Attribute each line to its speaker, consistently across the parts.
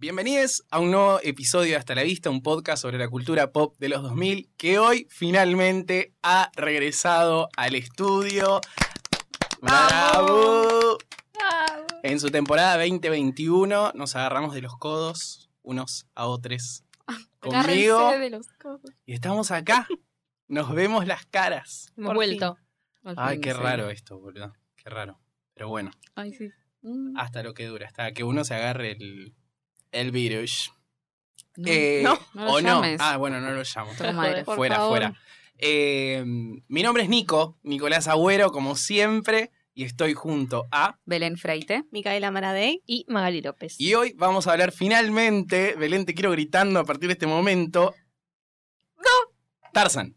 Speaker 1: Bienvenidos a un nuevo episodio de Hasta la Vista, un podcast sobre la cultura pop de los 2000, que hoy finalmente ha regresado al estudio. ¡Bravo!
Speaker 2: Ah,
Speaker 1: En su temporada 2021 nos agarramos de los codos unos a otros conmigo
Speaker 2: Agárrense de los codos.
Speaker 1: y estamos acá. Nos vemos las caras.
Speaker 2: Por
Speaker 3: Hemos vuelto. Al
Speaker 1: Ay,
Speaker 3: fin,
Speaker 1: qué
Speaker 3: sí.
Speaker 1: raro esto, boludo. Qué raro. Pero bueno,
Speaker 3: Ay, sí.
Speaker 2: Mm.
Speaker 1: hasta lo que dura, hasta que uno se agarre el, el virus.
Speaker 3: No,
Speaker 1: Eh,
Speaker 3: no, no lo
Speaker 1: o
Speaker 3: llames.
Speaker 1: no. Ah, bueno, no lo llamo.
Speaker 3: Toca madera.
Speaker 2: Por
Speaker 1: fuera,
Speaker 2: favor.
Speaker 1: fuera. Eh, mi nombre es Nico, Nicolás Agüero, como siempre, y estoy junto a.
Speaker 3: Belén Freite.
Speaker 2: Micaela Maradei.
Speaker 4: y Magali López.
Speaker 1: Y hoy vamos a hablar finalmente, Belén, te quiero gritando a partir de este momento. ¡No! Tarzan.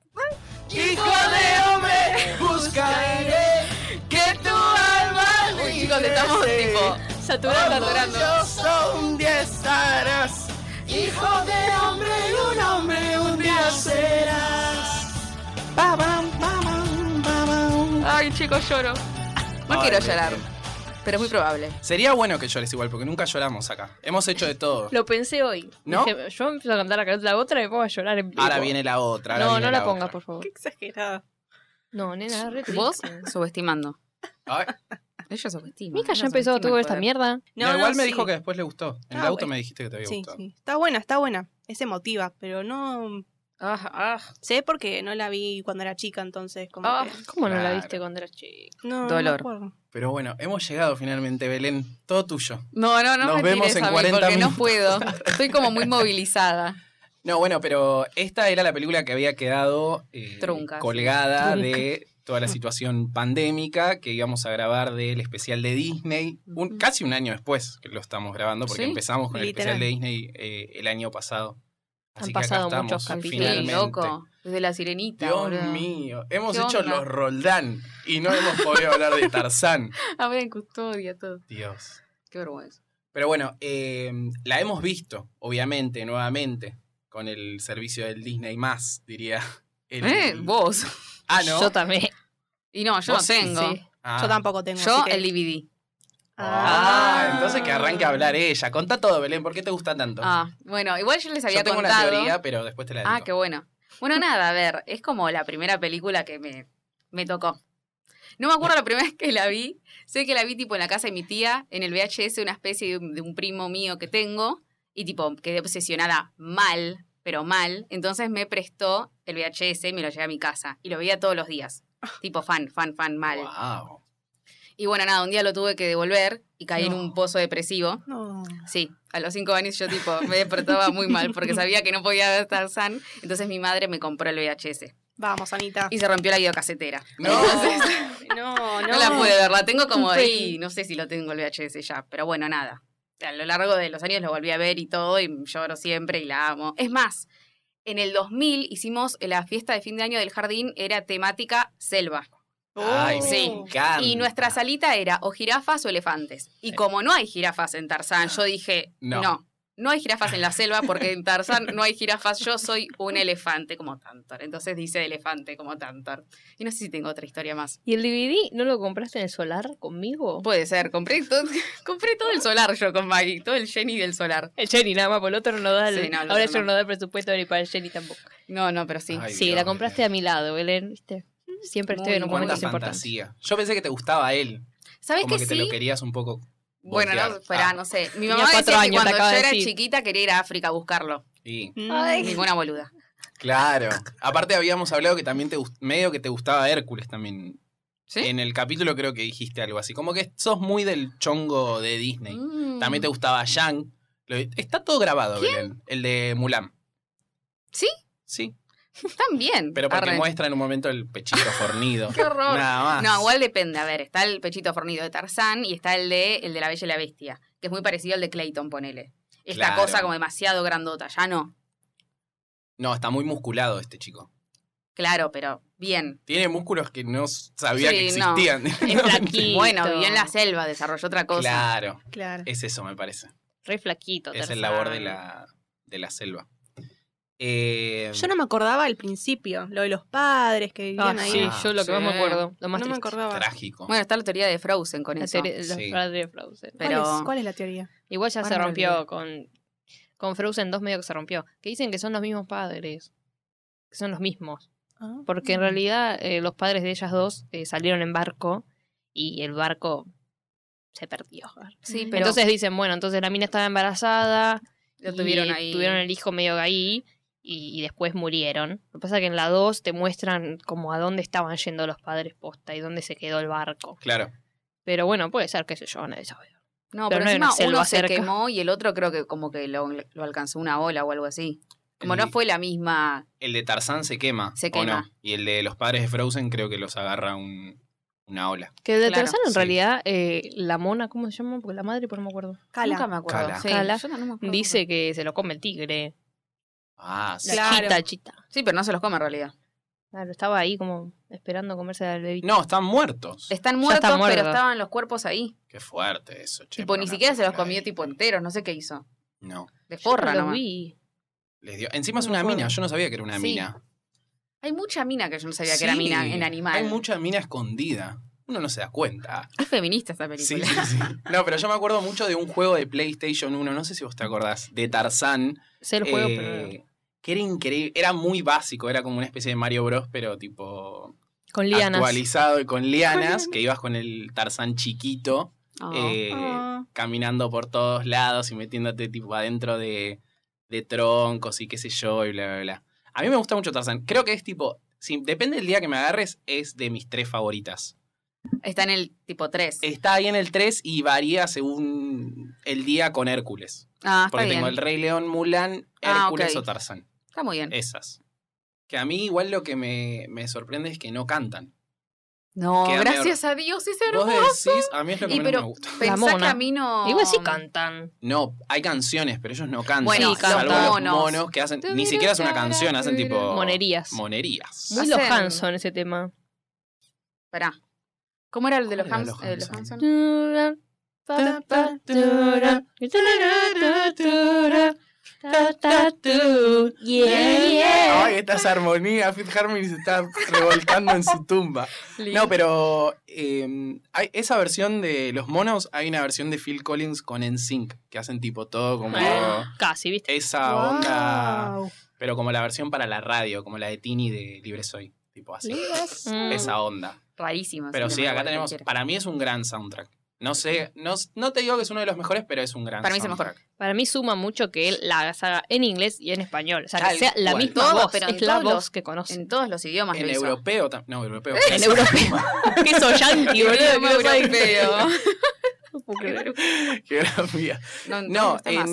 Speaker 1: Hijo de hombre, buscaré que tu alma.
Speaker 3: Uy, chicos, estamos tipo saturando, saturando.
Speaker 1: un día estarás. Hijo de hombre, un hombre un día serás. Pa, pam, pa, pam, pa, pam.
Speaker 3: Ay, chicos, lloro. No
Speaker 1: Ay,
Speaker 3: quiero
Speaker 1: Belén.
Speaker 3: llorar, pero es muy probable.
Speaker 1: Sería bueno que llores igual, porque nunca lloramos acá. Hemos hecho de todo.
Speaker 4: Lo pensé hoy.
Speaker 1: ¿No?
Speaker 4: Dije, yo empiezo a cantar la canción de la otra y me pongo a llorar en vivo.
Speaker 1: Ahora viene la otra. ahora
Speaker 4: no,
Speaker 1: viene
Speaker 4: no la pongas,
Speaker 1: otra.
Speaker 4: por favor.
Speaker 2: Qué exagerada.
Speaker 4: No, nena, re triste.
Speaker 3: Vos subestimando.
Speaker 1: Ay,
Speaker 3: Ella subestima.
Speaker 4: Mica ya
Speaker 3: Ella
Speaker 4: empezó
Speaker 3: subestima
Speaker 4: todo
Speaker 3: el
Speaker 4: esta
Speaker 3: poder.
Speaker 4: mierda.
Speaker 1: no, igual me dijo que después le gustó. En el
Speaker 2: Ah,
Speaker 1: auto
Speaker 2: bueno.
Speaker 1: me dijiste que te había
Speaker 2: Sí,
Speaker 1: gustado.
Speaker 2: sí. Está buena, está buena. Es emotiva, pero no.
Speaker 3: Ah, ah.
Speaker 2: Sé porque no la vi cuando era chica, entonces, como.
Speaker 3: Ah.
Speaker 2: que-
Speaker 4: ¿Cómo no
Speaker 1: Claro.
Speaker 4: la viste cuando eras chica?
Speaker 2: No, no me
Speaker 3: Dolor.
Speaker 2: acuerdo.
Speaker 1: Pero bueno, hemos llegado finalmente, Belén. Todo tuyo.
Speaker 3: No, no, no
Speaker 1: Nos
Speaker 3: me
Speaker 1: vemos
Speaker 3: tires
Speaker 1: en
Speaker 3: a mí
Speaker 1: 40
Speaker 3: porque
Speaker 1: minutos.
Speaker 3: no puedo. Estoy como muy movilizada.
Speaker 1: No, bueno, pero esta era la película que había quedado eh,
Speaker 3: Trunca, sí.
Speaker 1: colgada
Speaker 4: Trunca.
Speaker 1: de toda la situación pandémica que íbamos a grabar del especial de Disney, un-
Speaker 3: Ujú.
Speaker 1: casi un año después que lo estamos grabando, porque
Speaker 3: Sí,
Speaker 1: empezamos con el especial
Speaker 2: literal.
Speaker 1: de Disney eh, el año pasado.
Speaker 4: Han
Speaker 1: Así
Speaker 4: pasado
Speaker 1: que acá
Speaker 4: muchos
Speaker 1: estamos,
Speaker 3: Sí,
Speaker 4: capítulos.
Speaker 1: finalmente.
Speaker 3: loco. Desde la sirenita.
Speaker 1: Dios
Speaker 3: boludo.
Speaker 1: mío, hemos
Speaker 3: ¿Qué
Speaker 1: hecho
Speaker 3: onda?
Speaker 1: los Roldán y no hemos podido hablar de Tarzán.
Speaker 3: Ahora en custodia, todo.
Speaker 1: Dios.
Speaker 3: Qué vergüenza.
Speaker 1: Pero bueno, eh, la hemos visto, obviamente, nuevamente, con el servicio del Disney más, diría. el-
Speaker 3: ¿Eh? Vos.
Speaker 1: Ah, no.
Speaker 4: Yo también.
Speaker 3: Y no, yo no
Speaker 1: Vos sí,
Speaker 3: tengo.
Speaker 4: Sí.
Speaker 1: Ah.
Speaker 2: Yo tampoco tengo.
Speaker 3: Yo
Speaker 2: así que-
Speaker 3: el DVD.
Speaker 1: Ah,
Speaker 3: Ah.
Speaker 1: entonces que arranque a hablar ella. Contá todo, Belén, ¿por qué te gusta tanto?
Speaker 3: Ah, bueno, igual yo les había
Speaker 1: Yo tengo
Speaker 3: contado.
Speaker 1: una teoría, pero después te la digo.
Speaker 3: Ah, qué bueno. Bueno, nada, a ver, es como la primera película que me, me tocó. No me acuerdo la primera vez que la vi. Sé que la vi tipo en la casa de mi tía, en el VHS, una especie de un, de un primo mío que tengo. Y tipo, quedé obsesionada mal, pero mal. Entonces me prestó el VHS y me lo llevé a mi casa. Y lo veía todos los días. Tipo fan, fan, fan, mal.
Speaker 1: Guau.
Speaker 3: Y bueno, nada, un día lo tuve que devolver y caí en
Speaker 2: No.
Speaker 3: un pozo depresivo.
Speaker 2: No.
Speaker 3: Sí, a los cinco años yo tipo me despertaba muy mal porque sabía que no podía ver Tarzán, entonces mi madre me compró el VHS
Speaker 2: Vamos, Anita.
Speaker 3: y se rompió la videocasetera.
Speaker 1: No.
Speaker 2: No,
Speaker 3: No,
Speaker 2: no.
Speaker 3: la pude ver, la tengo como
Speaker 4: Un
Speaker 3: ahí,
Speaker 4: fail.
Speaker 3: no sé si lo tengo el VHS ya, pero bueno, nada. A lo largo de los años lo volví a ver y todo y lloro siempre y la amo. Es más, en el 2000 hicimos la fiesta de fin de año del jardín, era temática selva.
Speaker 2: Oh.
Speaker 1: Ay, me
Speaker 3: Sí.
Speaker 1: encanta.
Speaker 3: Y nuestra salita era o jirafas o elefantes. Y como no hay jirafas en Tarzán, yo dije,
Speaker 1: No.
Speaker 3: no. no. hay jirafas en la selva porque en Tarzán no hay jirafas. Yo soy un elefante como Tantor. Entonces dice elefante como Tantor. Y no sé si tengo otra historia más.
Speaker 4: ¿Y el DVD no lo compraste en el solar conmigo?
Speaker 3: Puede ser, compré todo, compré todo el solar yo con Maggie, todo el Jenny del solar.
Speaker 4: El Jenny nada más, por el otro no da el-
Speaker 3: Sí, no, el
Speaker 4: ahora
Speaker 3: otro
Speaker 4: yo
Speaker 3: no.
Speaker 4: no da el presupuesto ni para el Jenny tampoco.
Speaker 3: No, no, pero sí.
Speaker 1: Ay,
Speaker 4: sí,
Speaker 1: Dios,
Speaker 4: la compraste
Speaker 1: Belén.
Speaker 4: a mi lado, Belén, ¿viste? Siempre estoy
Speaker 3: Muy
Speaker 4: en un
Speaker 1: Cuánta
Speaker 4: momento
Speaker 3: buena
Speaker 4: importante.
Speaker 1: fantasía. Yo pensé que te gustaba a él.
Speaker 3: ¿Sabes
Speaker 1: como
Speaker 3: que,
Speaker 1: que, te
Speaker 3: sí?
Speaker 1: lo querías un poco.
Speaker 3: Bueno, no,
Speaker 1: voltear.
Speaker 3: esperá,
Speaker 1: Ah,
Speaker 3: no sé. Mi
Speaker 4: Tenía
Speaker 3: mamá
Speaker 4: cuatro
Speaker 3: decía que
Speaker 4: años, te
Speaker 3: cuando yo
Speaker 4: acabo de
Speaker 3: era
Speaker 4: decir.
Speaker 3: chiquita quería ir a África a buscarlo.
Speaker 1: y-
Speaker 2: Mm.
Speaker 4: Ay.
Speaker 3: Ninguna boluda.
Speaker 1: Claro. Aparte habíamos hablado que también te gust- medio que te gustaba Hércules también.
Speaker 3: ¿Sí?
Speaker 1: En el capítulo creo que dijiste algo así. Como que sos muy del chongo de Disney.
Speaker 3: Mm.
Speaker 1: También te gustaba Yang. Lo- Está todo grabado, Belén. El de Mulan.
Speaker 3: ¿Sí?
Speaker 1: Sí.
Speaker 3: También.
Speaker 1: Pero porque
Speaker 3: Arre.
Speaker 1: muestra en un momento el pechito fornido.
Speaker 3: Qué horror.
Speaker 1: Nada más.
Speaker 3: No, igual depende. A ver, está el pechito fornido de Tarzán y está el de el de la Bella y la Bestia, que es muy parecido al de Clayton, ponele. Esta
Speaker 1: Claro.
Speaker 3: cosa como demasiado grandota, ya no.
Speaker 1: No, está muy musculado este chico.
Speaker 3: Claro, pero bien.
Speaker 1: Tiene músculos que no sabía
Speaker 3: Sí,
Speaker 1: que
Speaker 3: no.
Speaker 1: existían.
Speaker 4: Es flaquito.
Speaker 3: Bueno, vivió en la selva, desarrolló otra cosa.
Speaker 1: claro.
Speaker 2: Claro.
Speaker 1: Es eso, me parece.
Speaker 4: Re flaquito.
Speaker 1: Es
Speaker 4: Tarzán.
Speaker 1: el labor de la, de la selva. Eh,
Speaker 2: Yo no me acordaba al principio, lo de los padres que
Speaker 4: Ah,
Speaker 2: vivían ahí.
Speaker 4: sí,
Speaker 1: Ah,
Speaker 4: yo lo que más me
Speaker 3: sí.
Speaker 4: acuerdo. Lo más
Speaker 2: no me
Speaker 4: triste.
Speaker 2: acordaba.
Speaker 1: Trágico.
Speaker 3: Bueno, está la teoría de Frozen con
Speaker 4: La
Speaker 3: eso.
Speaker 4: serie- la
Speaker 1: Sí.
Speaker 4: padre de Frozen.
Speaker 2: ¿Cuál,
Speaker 3: Pero-
Speaker 2: es, cuál es la teoría?
Speaker 4: Igual ya se
Speaker 3: Ahora me
Speaker 4: rompió con Con Frozen 2 medio que se rompió. Que dicen que son los mismos padres. Que son los mismos.
Speaker 3: Ah.
Speaker 4: Porque en realidad eh, los padres de ellas dos eh, salieron en barco y el barco se perdió.
Speaker 3: Sí, pero
Speaker 4: Entonces dicen, bueno, entonces la mina estaba embarazada.
Speaker 3: lo
Speaker 4: y
Speaker 3: tuvieron ahí.
Speaker 4: Tuvieron el hijo medio ahí y, y después murieron. Lo que pasa es que en la 2 te muestran como a dónde estaban yendo los padres posta y dónde se quedó el barco.
Speaker 1: Claro.
Speaker 4: Pero bueno, puede ser, qué sé yo, nadie sabe.
Speaker 3: No,
Speaker 4: pero
Speaker 3: pero,
Speaker 4: no hay una
Speaker 3: encima
Speaker 4: selva
Speaker 3: uno se
Speaker 4: cerca.
Speaker 3: quemó y el otro creo que como que lo, lo alcanzó una ola o algo así. Como
Speaker 1: El-
Speaker 3: no fue la misma.
Speaker 1: El de Tarzán se quema.
Speaker 3: Se
Speaker 1: ¿o
Speaker 3: quema.
Speaker 1: no? Y el de los padres de Frozen creo que los agarra un- una ola.
Speaker 4: Que el de
Speaker 3: Claro,
Speaker 4: Tarzán en
Speaker 1: sí.
Speaker 4: realidad, eh, la mona, ¿cómo se llama? Porque la madre, por no me acuerdo.
Speaker 2: Cala.
Speaker 3: Nunca me acuerdo.
Speaker 1: Cala.
Speaker 3: Sí,
Speaker 4: Cala.
Speaker 3: yo no me acuerdo.
Speaker 4: Dice que se lo come el tigre.
Speaker 1: Ah, sí.
Speaker 4: La
Speaker 2: Claro.
Speaker 4: chita, chita.
Speaker 3: Sí, pero no se los come en realidad.
Speaker 4: Claro, estaba ahí como esperando comerse al bebito.
Speaker 1: No, están muertos.
Speaker 3: Están
Speaker 4: Ya
Speaker 3: muertos,
Speaker 4: están
Speaker 3: pero
Speaker 4: muertos.
Speaker 3: estaban los cuerpos ahí.
Speaker 1: Qué fuerte eso, che.
Speaker 3: tipo,
Speaker 1: para
Speaker 3: ni
Speaker 1: una
Speaker 3: siquiera se los
Speaker 1: película
Speaker 3: comió
Speaker 1: ahí.
Speaker 3: tipo enteros, no sé qué hizo.
Speaker 1: No.
Speaker 4: Yo no
Speaker 3: De forra
Speaker 4: lo
Speaker 3: nomás.
Speaker 4: vi.
Speaker 1: Les dio... Encima es
Speaker 4: No me
Speaker 1: una
Speaker 4: acuerdo.
Speaker 1: mina, yo no sabía que era una
Speaker 3: Sí.
Speaker 1: mina.
Speaker 3: Hay mucha mina que yo no sabía que era
Speaker 1: Sí,
Speaker 3: mina en animal.
Speaker 1: Hay mucha mina escondida. Uno no se da cuenta.
Speaker 3: Es feminista esta
Speaker 1: Sí,
Speaker 3: película.
Speaker 1: sí, sí. No, pero yo me acuerdo mucho de un juego de PlayStation 1, no sé si vos te acordás, de Tarzán.
Speaker 4: Sé el juego,
Speaker 1: eh,
Speaker 4: pero
Speaker 1: Que era increíble, era muy básico, era como una especie de Mario Bros, pero tipo
Speaker 4: con lianas.
Speaker 1: actualizado y con lianas,
Speaker 2: lianas.
Speaker 1: que ibas con el Tarzán chiquito,
Speaker 3: Oh.
Speaker 1: eh,
Speaker 2: Ah.
Speaker 1: caminando por todos lados y metiéndote tipo adentro de, de troncos y qué sé yo, y bla, bla, bla. A mí me gusta mucho Tarzán. Creo que es tipo, si, depende del día que me agarres, es de mis tres favoritas.
Speaker 3: Está en el tipo 3.
Speaker 1: Está ahí en el 3 y varía según el día con Hércules.
Speaker 3: ah, está
Speaker 1: Porque
Speaker 3: bien.
Speaker 1: tengo el Rey León, Mulan,
Speaker 3: Ah,
Speaker 1: Hércules
Speaker 3: ok.
Speaker 1: o Tarzán.
Speaker 3: Está muy bien.
Speaker 1: Esas. Que a mí igual lo que me, me sorprende es que no cantan.
Speaker 3: no,
Speaker 1: queda
Speaker 3: gracias a Dios, es hermoso.
Speaker 1: Vos decís, a mí es lo que
Speaker 3: Y
Speaker 1: menos
Speaker 3: pero-
Speaker 1: me gusta.
Speaker 4: La
Speaker 3: Pensá que
Speaker 4: mona.
Speaker 3: a mí no.
Speaker 4: Igual sí cantan.
Speaker 1: No, hay canciones, pero ellos no cantan.
Speaker 3: Bueno,
Speaker 4: Sí,
Speaker 1: salvo
Speaker 4: cantan.
Speaker 1: los monos que hacen. Ni siquiera es una canción, hacen tipo.
Speaker 4: Monerías.
Speaker 1: Monerías.
Speaker 4: Muy
Speaker 3: Hacen-
Speaker 4: los Hanson ese tema.
Speaker 3: Pará. ¿Cómo era el de los,
Speaker 1: ¿Cuál era
Speaker 3: Hams-
Speaker 1: los
Speaker 3: eh, los
Speaker 1: Hanson?
Speaker 3: Hanson?
Speaker 1: Ay, estas armonías. Fit Harmony se está revolcando en su tumba. No, pero eh, hay esa versión de los monos, hay una versión de Phil Collins con NSYNC, que hacen tipo todo como
Speaker 4: Ah, Casi, ¿viste?
Speaker 1: esa onda,
Speaker 2: Wow.
Speaker 1: pero como la versión para la radio, como la de Tini de Libre Soy, tipo así,
Speaker 4: Mm.
Speaker 1: esa
Speaker 3: Ah,
Speaker 1: onda.
Speaker 3: Rarísimo.
Speaker 1: Pero
Speaker 3: ese
Speaker 1: sí,
Speaker 3: tema,
Speaker 1: acá
Speaker 3: igual,
Speaker 1: tenemos,
Speaker 3: cualquiera.
Speaker 1: para mí es un gran soundtrack. No sé, no, no te digo que es uno de los mejores, pero es un gran
Speaker 3: Para mí es el mejor.
Speaker 1: soundtrack.
Speaker 4: Para mí suma mucho que él la haga en inglés y en español. O sea,
Speaker 1: Tal
Speaker 4: que sea la
Speaker 1: cual.
Speaker 4: misma
Speaker 3: Todo,
Speaker 4: voz.
Speaker 3: pero en
Speaker 4: es la
Speaker 3: todos
Speaker 4: voz
Speaker 3: los-
Speaker 4: que conoce.
Speaker 3: En todos los idiomas
Speaker 1: En
Speaker 3: lo hizo.
Speaker 1: europeo tam- No, europeo.
Speaker 4: En europeo. Qué soyanti, boludo.
Speaker 3: Idioma
Speaker 4: qué soy.
Speaker 3: europeo.
Speaker 4: No puedo creer.
Speaker 1: Geografía. No, en,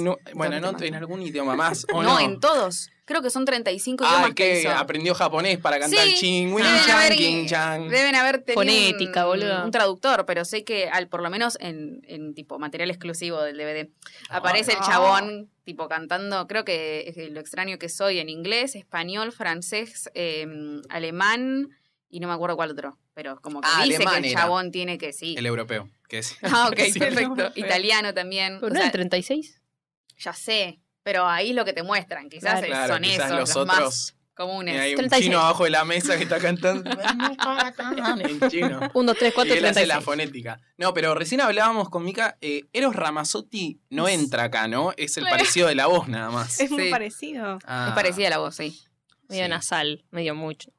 Speaker 1: u- bueno, en, otro- en algún idioma más. ¿o
Speaker 3: No,
Speaker 1: no,
Speaker 3: en todos. Creo que son 35
Speaker 1: Ah,
Speaker 3: idiomas
Speaker 1: que,
Speaker 3: que hizo.
Speaker 1: aprendió japonés para cantar
Speaker 3: Sí,
Speaker 1: chingüin,
Speaker 3: deben
Speaker 1: chan,
Speaker 3: haber-
Speaker 1: king, chan.
Speaker 3: Deben haber tenido
Speaker 4: Fonética,
Speaker 3: un,
Speaker 4: boludo.
Speaker 3: un traductor, pero sé que al por lo menos en, en tipo material exclusivo del DVD
Speaker 1: Ah,
Speaker 3: aparece el
Speaker 2: no.
Speaker 3: chabón tipo cantando, creo que es de lo extraño que soy en inglés, español, francés, eh, alemán y no me acuerdo cuál otro, pero como que
Speaker 1: Ah,
Speaker 3: dice
Speaker 1: alemán
Speaker 3: que el
Speaker 1: era.
Speaker 3: chabón tiene que sí.
Speaker 1: El europeo, que es.
Speaker 3: Ah, ok,
Speaker 1: Sí.
Speaker 3: perfecto.
Speaker 2: Pero-
Speaker 3: Italiano también.
Speaker 4: ¿Pero
Speaker 3: o
Speaker 4: no era
Speaker 3: sea,
Speaker 4: el 36?
Speaker 3: ya sé, pero ahí es lo que te muestran, quizás
Speaker 4: Claro,
Speaker 3: eh,
Speaker 1: Claro,
Speaker 3: son
Speaker 1: quizás
Speaker 3: esos los,
Speaker 1: los
Speaker 3: más
Speaker 1: otros. y
Speaker 3: comunes.
Speaker 1: hay un
Speaker 4: 36.
Speaker 1: chino abajo de la mesa que está cantando.
Speaker 3: Ah,
Speaker 1: en chino.
Speaker 4: 1, 2, 3, 4,
Speaker 1: y él hace la
Speaker 4: 36.
Speaker 1: fonética. No, pero recién hablábamos con Mika. eh, Eros Ramazzotti no entra acá, ¿no? Es el parecido de la voz nada más.
Speaker 2: Es muy
Speaker 3: Sí.
Speaker 2: parecido.
Speaker 1: Ah,
Speaker 3: Es parecida a la voz, sí.
Speaker 4: Medio
Speaker 1: sí.
Speaker 4: nasal, medio mucho.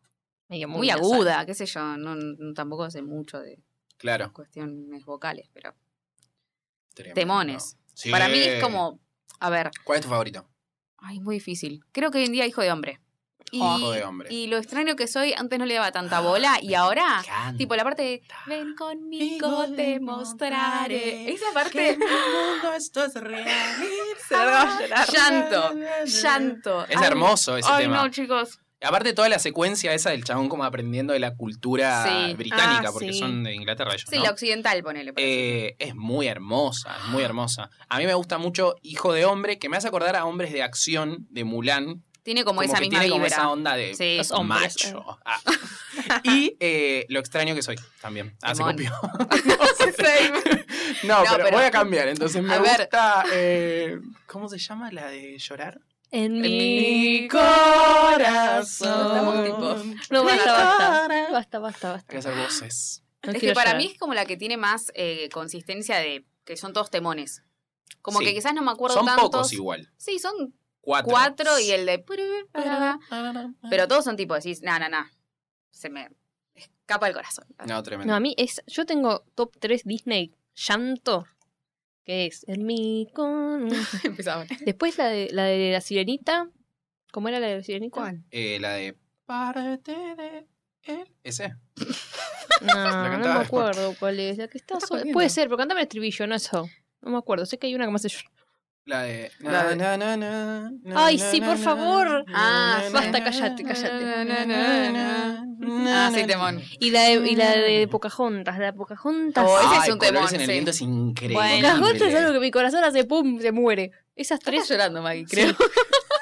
Speaker 4: Medio
Speaker 3: muy,
Speaker 4: muy nasal.
Speaker 3: aguda, qué sé yo, no, no- tampoco sé mucho de
Speaker 1: Claro.
Speaker 3: cuestiones vocales, pero
Speaker 1: Tremendo.
Speaker 3: temones.
Speaker 1: Sí.
Speaker 3: Para mí es como, a ver,
Speaker 1: ¿Cuál es tu favorito?
Speaker 3: ay, es muy difícil. Creo que hoy en día hijo de hombre. Y,
Speaker 1: Oh, Hijo de hombre. Ah,
Speaker 3: y lo extraño que soy, antes no le daba tanta bola y ahora, tipo la parte de, ven conmigo, te mostraré. Esa parte,
Speaker 1: esto es real.
Speaker 2: Se largaba a llorar.
Speaker 3: llanto, llanto.
Speaker 1: Es
Speaker 3: Ay,
Speaker 1: hermoso ese
Speaker 3: Ay,
Speaker 1: tema.
Speaker 3: no, chicos.
Speaker 1: Aparte toda la secuencia esa del chabón como aprendiendo de la cultura
Speaker 3: Sí.
Speaker 1: británica,
Speaker 2: Ah,
Speaker 1: porque
Speaker 2: sí.
Speaker 1: son de Inglaterra ellos,
Speaker 3: Sí,
Speaker 1: ¿no?
Speaker 3: la occidental, ponele. por así.
Speaker 1: Eh, es muy hermosa, es muy hermosa. A mí me gusta mucho Hijo de Hombre, que me hace acordar a hombres de acción de Mulan.
Speaker 3: tiene como, esa
Speaker 1: que
Speaker 3: misma
Speaker 1: tiene como
Speaker 3: vibra.
Speaker 1: esa onda de
Speaker 3: Sí.
Speaker 4: Los hombres.
Speaker 1: macho. Ah. Y eh, Lo extraño que soy también. Ah, se
Speaker 3: Timón.
Speaker 1: copió.
Speaker 3: Sí.
Speaker 1: No,
Speaker 3: No,
Speaker 1: pero,
Speaker 3: pero-
Speaker 1: voy a cambiar. Entonces me
Speaker 3: A ver.
Speaker 1: gusta. eh, ¿Cómo se llama la de llorar?
Speaker 4: En
Speaker 3: mi
Speaker 4: mi
Speaker 3: Estamos tipo-
Speaker 4: corazón. No, basta, basta.
Speaker 1: Cara.
Speaker 4: Basta, basta, basta.
Speaker 1: Hay que hacer voces.
Speaker 4: No
Speaker 3: es que
Speaker 4: quiero
Speaker 3: para
Speaker 4: llorar.
Speaker 3: mí es como la que tiene más eh, consistencia de que son todos temones. Como
Speaker 1: Sí.
Speaker 3: que quizás no me acuerdo
Speaker 1: Son
Speaker 3: tantos.
Speaker 1: pocos igual.
Speaker 3: Sí, son
Speaker 1: Cuatro.
Speaker 3: cuatro y el de... Pero todos son tipo, decís, na, na, na. Se me escapa el corazón.
Speaker 1: No, tremendo.
Speaker 4: No, a mí es. Yo tengo top 3 Disney llanto. Que es el Micon.
Speaker 3: Empezamos.
Speaker 4: Después la de, la de la sirenita. ¿Cómo era la de la sirenita?
Speaker 2: ¿Cuál?
Speaker 1: Eh, la de parte de él. Ese.
Speaker 4: No, no me
Speaker 1: cantaba después.
Speaker 4: acuerdo cuál es. La que está
Speaker 1: ¿Estás
Speaker 4: sola.
Speaker 1: jodiendo?
Speaker 4: Puede ser, pero cántame el estribillo, no eso. No me acuerdo. Sé que hay una que más hace llorar.
Speaker 1: La de.
Speaker 3: La de-
Speaker 1: na, na, na, na,
Speaker 4: Ay,
Speaker 1: na,
Speaker 4: sí,
Speaker 1: na,
Speaker 4: por
Speaker 1: na,
Speaker 4: favor.
Speaker 1: na,
Speaker 3: Ah,
Speaker 1: na,
Speaker 4: basta,
Speaker 1: na,
Speaker 4: cállate,
Speaker 1: na,
Speaker 4: cállate.
Speaker 1: na, na, na, na, na,
Speaker 3: Ah, sí,
Speaker 1: na,
Speaker 3: temón.
Speaker 4: Y la de, y la de Pocahontas. La de Pocahontas.
Speaker 3: Oh, ese
Speaker 1: Ay,
Speaker 3: es un
Speaker 1: Colores
Speaker 3: temón,
Speaker 1: en el
Speaker 3: sí.
Speaker 1: viento es increíble.
Speaker 3: Bueno,
Speaker 4: Pocahontas es algo que mi corazón hace pum, se muere. Esas
Speaker 3: Tres
Speaker 4: tres
Speaker 3: llorando, Maggie, creo.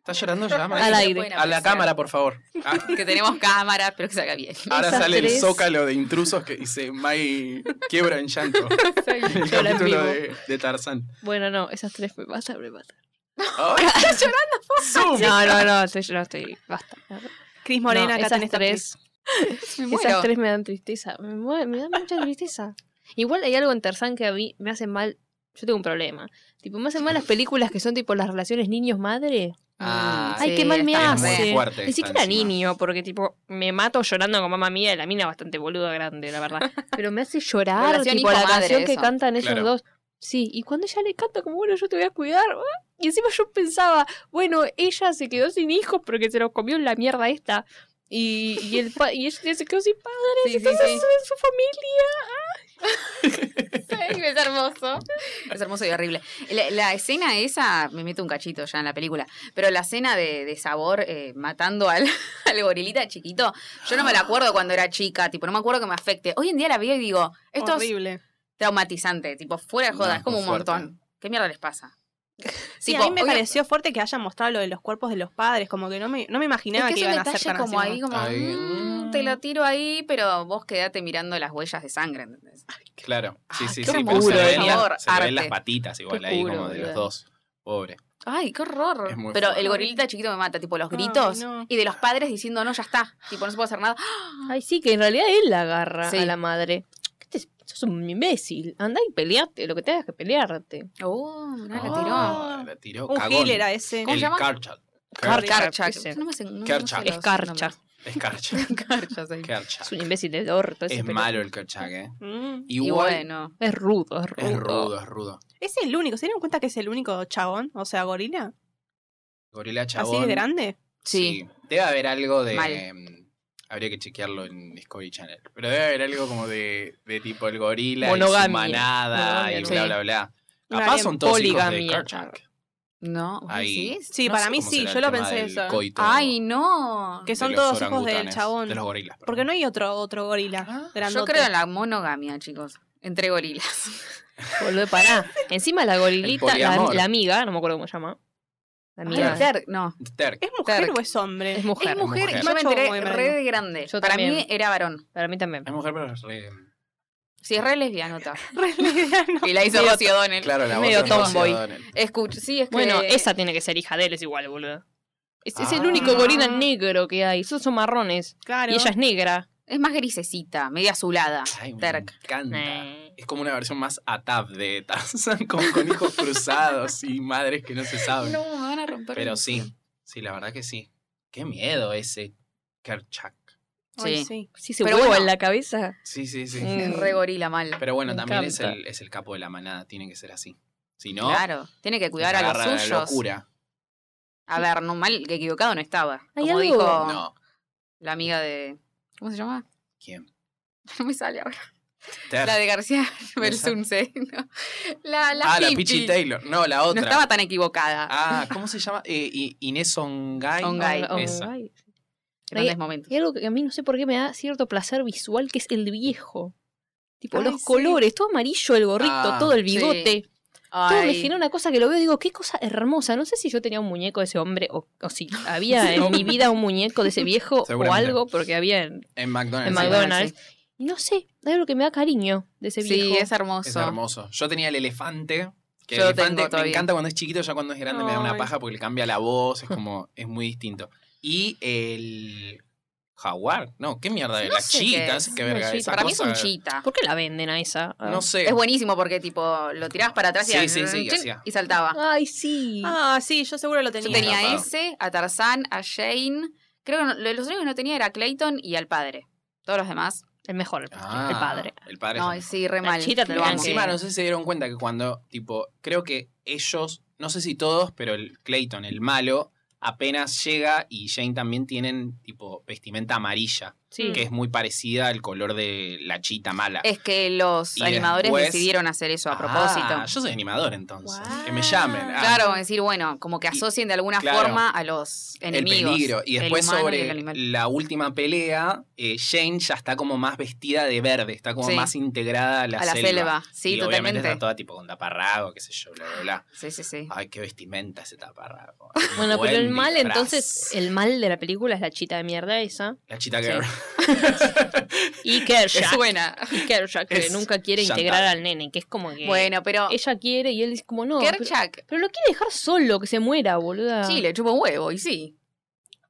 Speaker 1: ¿Estás llorando ya, Mari?
Speaker 4: Al
Speaker 3: Lo
Speaker 4: aire.
Speaker 3: pueden
Speaker 1: A la
Speaker 3: apreciar.
Speaker 1: cámara, por favor. Ah,
Speaker 3: pues, Que tenemos cámaras, pero que salga bien.
Speaker 1: ahora
Speaker 4: Esas
Speaker 1: sale el
Speaker 4: tres.
Speaker 1: zócalo de intrusos que dice Mai quiebra en llanto. El
Speaker 4: llora en vivo.
Speaker 1: capítulo de, de Tarzán.
Speaker 4: Bueno, no, esas tres me matan, me matan.
Speaker 1: ¿Estás llorando?
Speaker 4: No, no, no, estoy, no estoy. Basta.
Speaker 2: Cris Morena,
Speaker 4: No,
Speaker 2: acá
Speaker 4: esas
Speaker 2: tenés esta
Speaker 4: tres.
Speaker 3: Me
Speaker 4: Esas
Speaker 3: muero.
Speaker 4: tres me dan tristeza. Me, mue- me dan mucha tristeza. Igual hay algo en Tarzán que a mí me hace mal. Yo tengo un problema. Tipo, me hacen mal las películas que son tipo las relaciones niños-madre.
Speaker 1: Ah,
Speaker 4: Ay,
Speaker 3: sí,
Speaker 4: qué mal me
Speaker 3: está
Speaker 1: muy
Speaker 4: hace.
Speaker 1: fuerte
Speaker 4: Ni
Speaker 1: está
Speaker 4: siquiera
Speaker 1: encima.
Speaker 4: niño, porque tipo, me mato llorando con mamá mía y la mina bastante boluda grande, la verdad. Pero me hace llorar,
Speaker 3: Relación
Speaker 4: tipo, la
Speaker 3: hijo-madre,
Speaker 4: canción que
Speaker 3: eso.
Speaker 4: cantan ellos
Speaker 1: Claro.
Speaker 4: dos. Sí, y cuando ella le canta como, bueno, yo te voy a cuidar. ah, Y encima yo pensaba, bueno, ella se quedó sin hijos porque se los comió la mierda esta. Y, y, el pa- y ella se quedó sin padres,
Speaker 3: Sí, sí,
Speaker 4: entonces
Speaker 3: sí.
Speaker 4: su- su familia.
Speaker 3: Sí, es hermoso. Es hermoso y horrible. La, la escena esa, me meto un cachito ya en la película, pero la escena de, de sabor eh, matando al, al gorilita chiquito, yo no me la acuerdo cuando era chica, tipo, no me acuerdo que me afecte. Hoy en día la veo y digo, esto es
Speaker 2: horrible.
Speaker 3: traumatizante, tipo, fuera de
Speaker 1: No,
Speaker 3: joda,
Speaker 1: es
Speaker 3: es como
Speaker 1: muy
Speaker 3: un montón.
Speaker 1: fuerte.
Speaker 3: ¿Qué mierda les pasa?
Speaker 2: Sí,
Speaker 3: Tipo,
Speaker 2: a mí me
Speaker 3: obvio-
Speaker 2: pareció fuerte que hayan mostrado lo de los cuerpos de los padres, como que no me, no me
Speaker 3: Es
Speaker 2: imaginaba
Speaker 3: que
Speaker 2: que,
Speaker 3: es un
Speaker 2: iban a hacer
Speaker 3: detalle
Speaker 2: tan
Speaker 3: como
Speaker 2: así,
Speaker 3: ahí, como,
Speaker 1: Ahí.
Speaker 3: "Mm, te lo tiro ahí, pero vos quedate mirando las huellas de sangre, ¿entendés?
Speaker 1: Claro, sí,
Speaker 3: Ah,
Speaker 1: sí,
Speaker 3: qué
Speaker 1: sí. Pero
Speaker 3: hermosura,
Speaker 1: se, le
Speaker 3: por
Speaker 1: ven, las-
Speaker 3: favor,
Speaker 1: se le ven las
Speaker 3: arte.
Speaker 1: patitas igual
Speaker 4: Te
Speaker 1: ahí,
Speaker 4: juro,
Speaker 1: como de los
Speaker 4: boluda.
Speaker 1: dos. Pobre.
Speaker 3: Ay, qué horror.
Speaker 1: Es muy
Speaker 3: Pero
Speaker 1: fuerte.
Speaker 3: el gorilita chiquito me mata, tipo los
Speaker 2: Ay,
Speaker 3: gritos
Speaker 2: no.
Speaker 3: y de los padres diciendo, no, ya está, tipo, no se puede hacer nada.
Speaker 4: Ay, sí, que en realidad él la agarra
Speaker 3: Sí.
Speaker 4: a la madre. ¿Qué te- sos un imbécil. Andá y peleate, lo que tengas que pelearte.
Speaker 3: Oh, mirá,
Speaker 1: Oh,
Speaker 3: la tiró.
Speaker 1: La tiró.
Speaker 2: Un
Speaker 1: cagón.
Speaker 2: Hitler era ese.
Speaker 3: ¿Cómo
Speaker 1: el
Speaker 3: se llama?
Speaker 1: Karchak.
Speaker 4: Karchak.
Speaker 3: Carcha.
Speaker 4: ese.
Speaker 3: No me sé- no- no sé
Speaker 1: Kerchak.
Speaker 3: los
Speaker 4: Escarcha.
Speaker 3: nombres.
Speaker 1: Es Karchak.
Speaker 3: Carcha, sí.
Speaker 1: Kerchak.
Speaker 4: Es un imbécil del orto. ese,
Speaker 1: Es
Speaker 4: pero-
Speaker 1: malo el Kerchak, ¿eh?
Speaker 2: Mm.
Speaker 3: Y
Speaker 1: Igual.
Speaker 3: bueno.
Speaker 4: Es rudo, es rudo.
Speaker 1: Es rudo, es rudo.
Speaker 2: Es el único. ¿Se dieron cuenta que es el único chabón? O sea, gorila.
Speaker 1: Gorila
Speaker 2: Así
Speaker 1: chabón.
Speaker 2: de grande.
Speaker 3: Sí.
Speaker 1: Debe haber algo de.
Speaker 3: Mal.
Speaker 1: em, habría que chequearlo en Discovery Channel. Pero debe haber algo como de, de tipo el gorila, y su
Speaker 4: Monogamia.
Speaker 1: manada
Speaker 4: Monogamia,
Speaker 1: y
Speaker 4: sí.
Speaker 1: bla, bla, bla.
Speaker 2: Una
Speaker 1: Capaz
Speaker 2: bien
Speaker 1: son todos hijos de
Speaker 4: poligamia.
Speaker 1: Kerchak.
Speaker 3: No, ¿vos
Speaker 1: Ahí.
Speaker 3: decís?
Speaker 2: Sí,
Speaker 1: No
Speaker 2: para
Speaker 1: sé
Speaker 2: mí
Speaker 1: cómo
Speaker 2: sí.
Speaker 1: será
Speaker 2: Yo
Speaker 1: el
Speaker 2: lo
Speaker 1: tema
Speaker 2: pensé
Speaker 1: del
Speaker 2: eso.
Speaker 1: coito
Speaker 3: Ay, no.
Speaker 2: Que son
Speaker 1: de los
Speaker 2: todos hijos del
Speaker 1: orangutanes,
Speaker 2: chabón.
Speaker 1: De los gorilas. perdón.
Speaker 2: Porque no hay otro, otro gorila.
Speaker 1: Ah,
Speaker 2: Grandote.
Speaker 3: Yo creo en la monogamia, chicos. Entre gorilas.
Speaker 4: Boludo, pará. Encima la gorilita,
Speaker 1: El
Speaker 4: la,
Speaker 1: poliamor.
Speaker 4: la amiga, no me acuerdo cómo se llama. La
Speaker 3: Ay,
Speaker 4: amiga.
Speaker 3: ter- no.
Speaker 1: Terk.
Speaker 2: ¿Es mujer
Speaker 3: Terk.
Speaker 2: o es hombre?
Speaker 4: es mujer.
Speaker 3: es mujer,
Speaker 1: mujer.
Speaker 3: yo me
Speaker 2: Macho o
Speaker 3: enteré
Speaker 2: hembra,
Speaker 3: re
Speaker 2: no.
Speaker 3: de grande.
Speaker 4: Yo
Speaker 3: Para mí
Speaker 4: también.
Speaker 3: era varón.
Speaker 4: Para mí también.
Speaker 1: Es mujer, pero es re.
Speaker 3: Si es re lesbianota.
Speaker 2: Re lesbiano.
Speaker 3: y la hizo
Speaker 4: Medio
Speaker 3: Rocío Donnell.
Speaker 1: Claro, la
Speaker 4: Es medio
Speaker 1: voz es
Speaker 4: tomboy.
Speaker 1: O'Donnell.
Speaker 3: Escucha, sí, es que...
Speaker 4: Bueno, esa tiene que ser hija de él, es igual, boludo. Es, es el
Speaker 1: Ah.
Speaker 4: único gorila negro que hay. Esos son marrones.
Speaker 2: Claro.
Speaker 4: Y ella es negra.
Speaker 3: Es más grisecita, media azulada.
Speaker 1: Ay, me
Speaker 3: Terk.
Speaker 1: encanta.
Speaker 4: Eh.
Speaker 1: Es como una versión más atab de Tarzan, con, con hijos cruzados y madres que no se saben.
Speaker 3: No, me van a romper.
Speaker 1: Pero sí, sí, la verdad que sí. Qué miedo ese Kerchak.
Speaker 2: Ay,
Speaker 3: Sí.
Speaker 2: sí.
Speaker 4: Sí, se
Speaker 3: Pero
Speaker 4: huevo
Speaker 3: bueno.
Speaker 4: en la cabeza.
Speaker 1: Sí, sí, sí.
Speaker 4: Mm.
Speaker 3: Es re gorila mal.
Speaker 1: Pero bueno,
Speaker 4: Me
Speaker 1: también es
Speaker 4: encanta.
Speaker 1: el, es el capo de la manada, tiene que ser así. Si no,
Speaker 3: Claro, tiene que cuidar
Speaker 1: se
Speaker 3: a
Speaker 1: agarra
Speaker 3: los
Speaker 1: La
Speaker 3: suyos.
Speaker 1: locura.
Speaker 3: a ver, no mal, que equivocado no estaba.
Speaker 4: Hay
Speaker 3: Como
Speaker 4: algo-
Speaker 3: dijo
Speaker 1: No,
Speaker 3: la amiga de. ¿Cómo se llama?
Speaker 1: ¿quién?
Speaker 3: No me sale ahora.
Speaker 1: Ter-
Speaker 3: La de García
Speaker 1: No
Speaker 3: Belsunce. no. La, la
Speaker 1: ah, la
Speaker 3: hippie.
Speaker 1: Pichi Taylor. No, la
Speaker 3: No
Speaker 1: otra.
Speaker 3: estaba tan equivocada
Speaker 1: Ah, ¿cómo se llama? Eh, I- Inés Ongay.
Speaker 3: Ongay.
Speaker 4: Oh, oh,
Speaker 1: Esa.
Speaker 4: ay.
Speaker 3: en otros momentos.
Speaker 4: Y algo que a mí no sé por qué me da cierto placer visual, que es el viejo. Tipo,
Speaker 3: Ay,
Speaker 4: los
Speaker 3: sí.
Speaker 4: colores, todo amarillo, el gorrito,
Speaker 1: Ah,
Speaker 4: todo el
Speaker 3: sí.
Speaker 4: bigote. Todo me
Speaker 3: Ay,
Speaker 4: genera una cosa que lo veo y digo, qué cosa hermosa. No sé si yo tenía un muñeco de ese hombre o, o si había en mi vida un muñeco de ese viejo o
Speaker 1: Seguramente.
Speaker 4: algo, porque había en,
Speaker 1: En McDonald's.
Speaker 4: en
Speaker 1: sí.
Speaker 4: McDonald's. Y no sé, hay algo que me da cariño de ese viejo.
Speaker 3: Sí, es hermoso.
Speaker 1: Es hermoso. Yo tenía el elefante. Que
Speaker 3: Yo
Speaker 1: el
Speaker 3: lo tengo
Speaker 1: elefante me
Speaker 3: todavía.
Speaker 1: encanta cuando es chiquito, ya cuando es grande me da una
Speaker 2: Ay.
Speaker 1: paja porque le cambia la voz, es como, es muy distinto. Y el jaguar. No, qué mierda de
Speaker 3: No
Speaker 1: las
Speaker 3: sé qué
Speaker 1: chitas,
Speaker 3: es,
Speaker 1: qué
Speaker 4: una
Speaker 1: verga
Speaker 4: chita.
Speaker 1: esa
Speaker 3: Para mí es
Speaker 1: cosa.
Speaker 3: un chita.
Speaker 4: ¿Por qué la venden a esa? Ah.
Speaker 1: No sé.
Speaker 3: Es buenísimo porque, tipo, lo tirabas para atrás y,
Speaker 1: Sí, sí, sí,
Speaker 3: chin,
Speaker 1: hacía.
Speaker 3: y saltaba.
Speaker 4: Ay, sí.
Speaker 2: Ah, sí, yo seguro lo tenía.
Speaker 3: Yo tenía
Speaker 1: Zarpado.
Speaker 3: ese, a Tarzán, a Shane. Creo que no- lo- los únicos que no tenía era a Clayton y al padre. Todos los demás.
Speaker 4: El mejor, el,
Speaker 1: Ah,
Speaker 4: padre.
Speaker 1: El padre.
Speaker 3: No,
Speaker 1: es-
Speaker 3: sí, re
Speaker 4: La
Speaker 3: mal.
Speaker 4: chita
Speaker 3: lo
Speaker 4: tenía
Speaker 3: amo.
Speaker 4: que-
Speaker 1: Encima, no sé si se dieron cuenta que cuando, tipo, creo que ellos, no sé si todos, pero el Clayton, el malo, apenas llega y Jane también tienen, tipo, vestimenta amarilla,
Speaker 4: Sí.
Speaker 3: Mm.
Speaker 1: que es muy parecida al color de la chita mala.
Speaker 3: Es que los
Speaker 1: Y
Speaker 3: animadores
Speaker 1: después-
Speaker 3: decidieron hacer eso a
Speaker 1: Ah,
Speaker 3: propósito.
Speaker 1: yo soy animador entonces.
Speaker 2: Guau.
Speaker 1: Que me llamen. Ah,
Speaker 3: Claro, decir, bueno, como que asocien de alguna
Speaker 1: claro.
Speaker 3: forma a los
Speaker 1: El
Speaker 3: enemigos.
Speaker 1: peligro. Y
Speaker 3: el
Speaker 1: después
Speaker 3: humano y el
Speaker 1: sobre
Speaker 3: animal.
Speaker 1: la última pelea, eh, Jane ya está como más vestida de verde, está como
Speaker 3: Sí.
Speaker 1: más integrada a la,
Speaker 3: a la selva. Sí,
Speaker 1: y obviamente
Speaker 3: totalmente.
Speaker 1: está Ah, toda tipo con taparrago, qué sé yo, bla, bla, bla.
Speaker 3: Sí, sí, sí.
Speaker 1: Ay, qué vestimenta ese taparrago.
Speaker 4: Bueno,
Speaker 1: Buen
Speaker 4: pero el mal,
Speaker 1: disfraz.
Speaker 4: entonces, el mal de la película es la chita de mierda esa.
Speaker 1: La chita girl.
Speaker 4: Y Kershak.
Speaker 3: Es buena.
Speaker 4: Y Kershak, que
Speaker 1: Es
Speaker 4: nunca quiere
Speaker 1: Chantal.
Speaker 4: integrar al nene, que es como que
Speaker 3: Bueno, pero
Speaker 4: ella quiere y él es como no. Eh, Pero, Ah.
Speaker 3: Kerchak,
Speaker 4: pero lo quiere dejar solo, que se muera, boluda.
Speaker 3: sí, le chupa un huevo, y sí.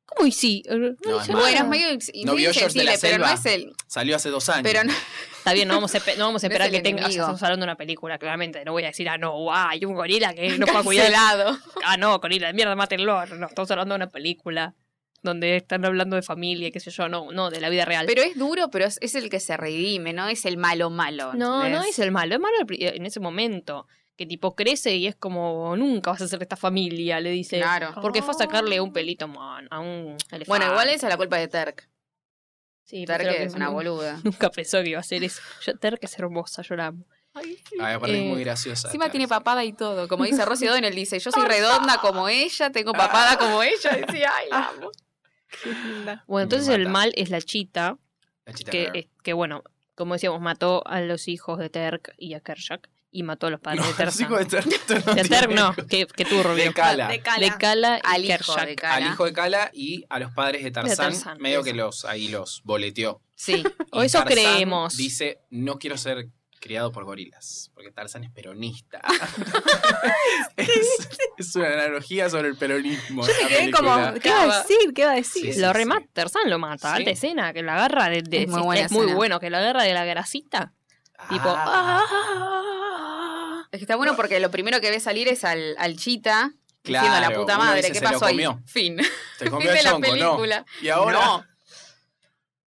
Speaker 4: ¿Cómo y sí? eh, No
Speaker 1: No,
Speaker 4: hizo
Speaker 1: es
Speaker 3: Bueno,
Speaker 4: nada.
Speaker 3: es medio
Speaker 1: No vio George de la
Speaker 3: insensible, pero no
Speaker 1: Selva.
Speaker 3: es el...
Speaker 1: Salió hace dos años.
Speaker 3: Pero no,
Speaker 4: Está bien, no vamos a, espe- no vamos a
Speaker 3: No es
Speaker 4: esperar
Speaker 3: el
Speaker 4: que tenga. o sea,
Speaker 3: enemigo.
Speaker 4: estamos hablando de una película, claramente. No voy a decir, ah, no, guau, hay un gorila que no puede cuidar.
Speaker 3: cancelado.
Speaker 4: Ah, no, gorila de mierda, mátenlo. No, estamos hablando de una película donde están hablando de familia, qué sé yo, no, no, de la vida real.
Speaker 3: Pero es duro, pero es, es el que se redime, no es el malo malo.
Speaker 4: No, no
Speaker 3: ¿entendés?
Speaker 4: es el malo, es malo al pri- en ese momento. Que tipo crece y es como, nunca vas a ser de esta familia, le dice.
Speaker 3: Claro. Oh.
Speaker 4: Porque fue a sacarle un pelito man, a un elefante.
Speaker 3: Bueno, igual esa es la culpa de Terk.
Speaker 4: Sí,
Speaker 3: Terk
Speaker 4: pero
Speaker 3: es una
Speaker 4: nu-
Speaker 3: boluda.
Speaker 4: Nunca pensó que iba a hacer eso. Yo, Terk es hermosa, yo la amo.
Speaker 1: Ay, aparte es
Speaker 4: Eh,
Speaker 1: muy graciosa.
Speaker 3: Encima
Speaker 1: esta
Speaker 3: tiene
Speaker 1: vez.
Speaker 3: papada y todo. Como dice Rosy O'Donnell, dice, yo soy redonda como ella, tengo papada como ella. Decía, ay, la amo.
Speaker 2: Qué linda.
Speaker 4: Bueno,
Speaker 1: Me
Speaker 4: entonces el
Speaker 1: mata.
Speaker 4: mal es la chita,
Speaker 1: La chita
Speaker 4: que,
Speaker 1: girl.
Speaker 4: es- que bueno, como decíamos, mató a los hijos de Terk y a Kershak. Y mató a los padres
Speaker 1: No,
Speaker 4: de
Speaker 1: el hijo
Speaker 4: Terk.
Speaker 1: de Ter- no
Speaker 4: De
Speaker 1: tiene
Speaker 4: Terk no,
Speaker 1: hijos.
Speaker 4: que, que turbio.
Speaker 1: De Cala.
Speaker 2: De Cala.
Speaker 4: Le cala
Speaker 3: Al
Speaker 4: y
Speaker 3: hijo de
Speaker 4: Kershak.
Speaker 1: Al
Speaker 3: Cana.
Speaker 1: hijo de Cala y a los padres de Tarzán,
Speaker 4: Tarzán,
Speaker 1: medio
Speaker 4: eso.
Speaker 1: que los ahí los boleteó.
Speaker 3: Sí,
Speaker 4: O
Speaker 1: Y
Speaker 4: eso
Speaker 1: Tarzán
Speaker 4: creemos.
Speaker 1: Dice, no quiero ser criado por gorilas, porque Tarzán es peronista. es, es una analogía sobre el peronismo.
Speaker 2: Yo
Speaker 1: esta
Speaker 2: me quedé como,
Speaker 1: película.
Speaker 2: ¿qué va a decir? ¿Qué va a decir?
Speaker 1: Sí,
Speaker 4: lo
Speaker 1: sí,
Speaker 4: remata,
Speaker 1: sí.
Speaker 4: Tarzán lo mata,
Speaker 1: Sí.
Speaker 4: alta escena, que la agarra de, de-
Speaker 3: Es muy buena
Speaker 4: muy
Speaker 3: escena.
Speaker 4: bueno, que la agarra de la grasita. Tipo,
Speaker 1: Ah,
Speaker 2: Ah.
Speaker 3: es que está bueno porque lo primero que ve salir es al, al chita. Diciendo la
Speaker 1: Claro,
Speaker 3: puta
Speaker 1: uno
Speaker 3: madre,
Speaker 1: dice,
Speaker 3: ¿qué
Speaker 1: "Se lo
Speaker 3: pasó ahí?
Speaker 1: comió".
Speaker 3: Fin.
Speaker 1: te
Speaker 3: Fin
Speaker 1: comió
Speaker 3: de
Speaker 1: el
Speaker 3: la
Speaker 1: chonco, no.
Speaker 3: película.
Speaker 1: Y ahora
Speaker 3: No.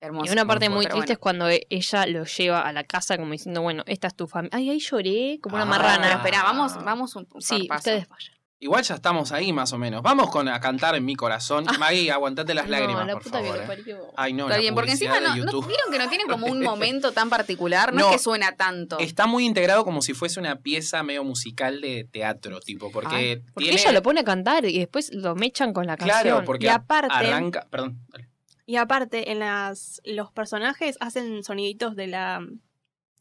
Speaker 3: Hermoso.
Speaker 4: Y una parte muy
Speaker 3: Pero
Speaker 4: triste
Speaker 3: bueno.
Speaker 4: es cuando e- ella lo lleva a la casa como diciendo, bueno, esta es tu familia. Ay, ahí lloré, como una
Speaker 1: Ah.
Speaker 3: Pero
Speaker 4: marrana.
Speaker 3: espera, vamos, vamos un un
Speaker 4: Sí,
Speaker 3: zarpazo.
Speaker 4: ustedes vayan.
Speaker 1: Igual ya estamos ahí más o menos. Vamos con a cantar en mi corazón. Maggie, aguantate las
Speaker 4: No,
Speaker 1: lágrimas,
Speaker 4: la
Speaker 1: por
Speaker 4: puta
Speaker 1: favor.
Speaker 4: que lo
Speaker 1: eh.
Speaker 4: parió.
Speaker 1: Ay, no,
Speaker 3: Está
Speaker 1: la
Speaker 3: bien, porque
Speaker 1: publicidad
Speaker 3: encima no,
Speaker 1: de
Speaker 3: no-
Speaker 1: YouTube.
Speaker 3: vieron que no tienen como un momento tan particular, no,
Speaker 1: No.
Speaker 3: es que suena tanto.
Speaker 1: Está muy integrado como si fuese una pieza medio musical de teatro, tipo, porque
Speaker 3: Ay,
Speaker 4: Porque
Speaker 1: tiene-
Speaker 4: ella lo pone a cantar y después lo mechan con la
Speaker 1: Claro,
Speaker 4: canción.
Speaker 1: porque
Speaker 2: Y aparte,
Speaker 1: arranca, perdón, dale.
Speaker 2: y aparte en las, los personajes hacen soniditos de la,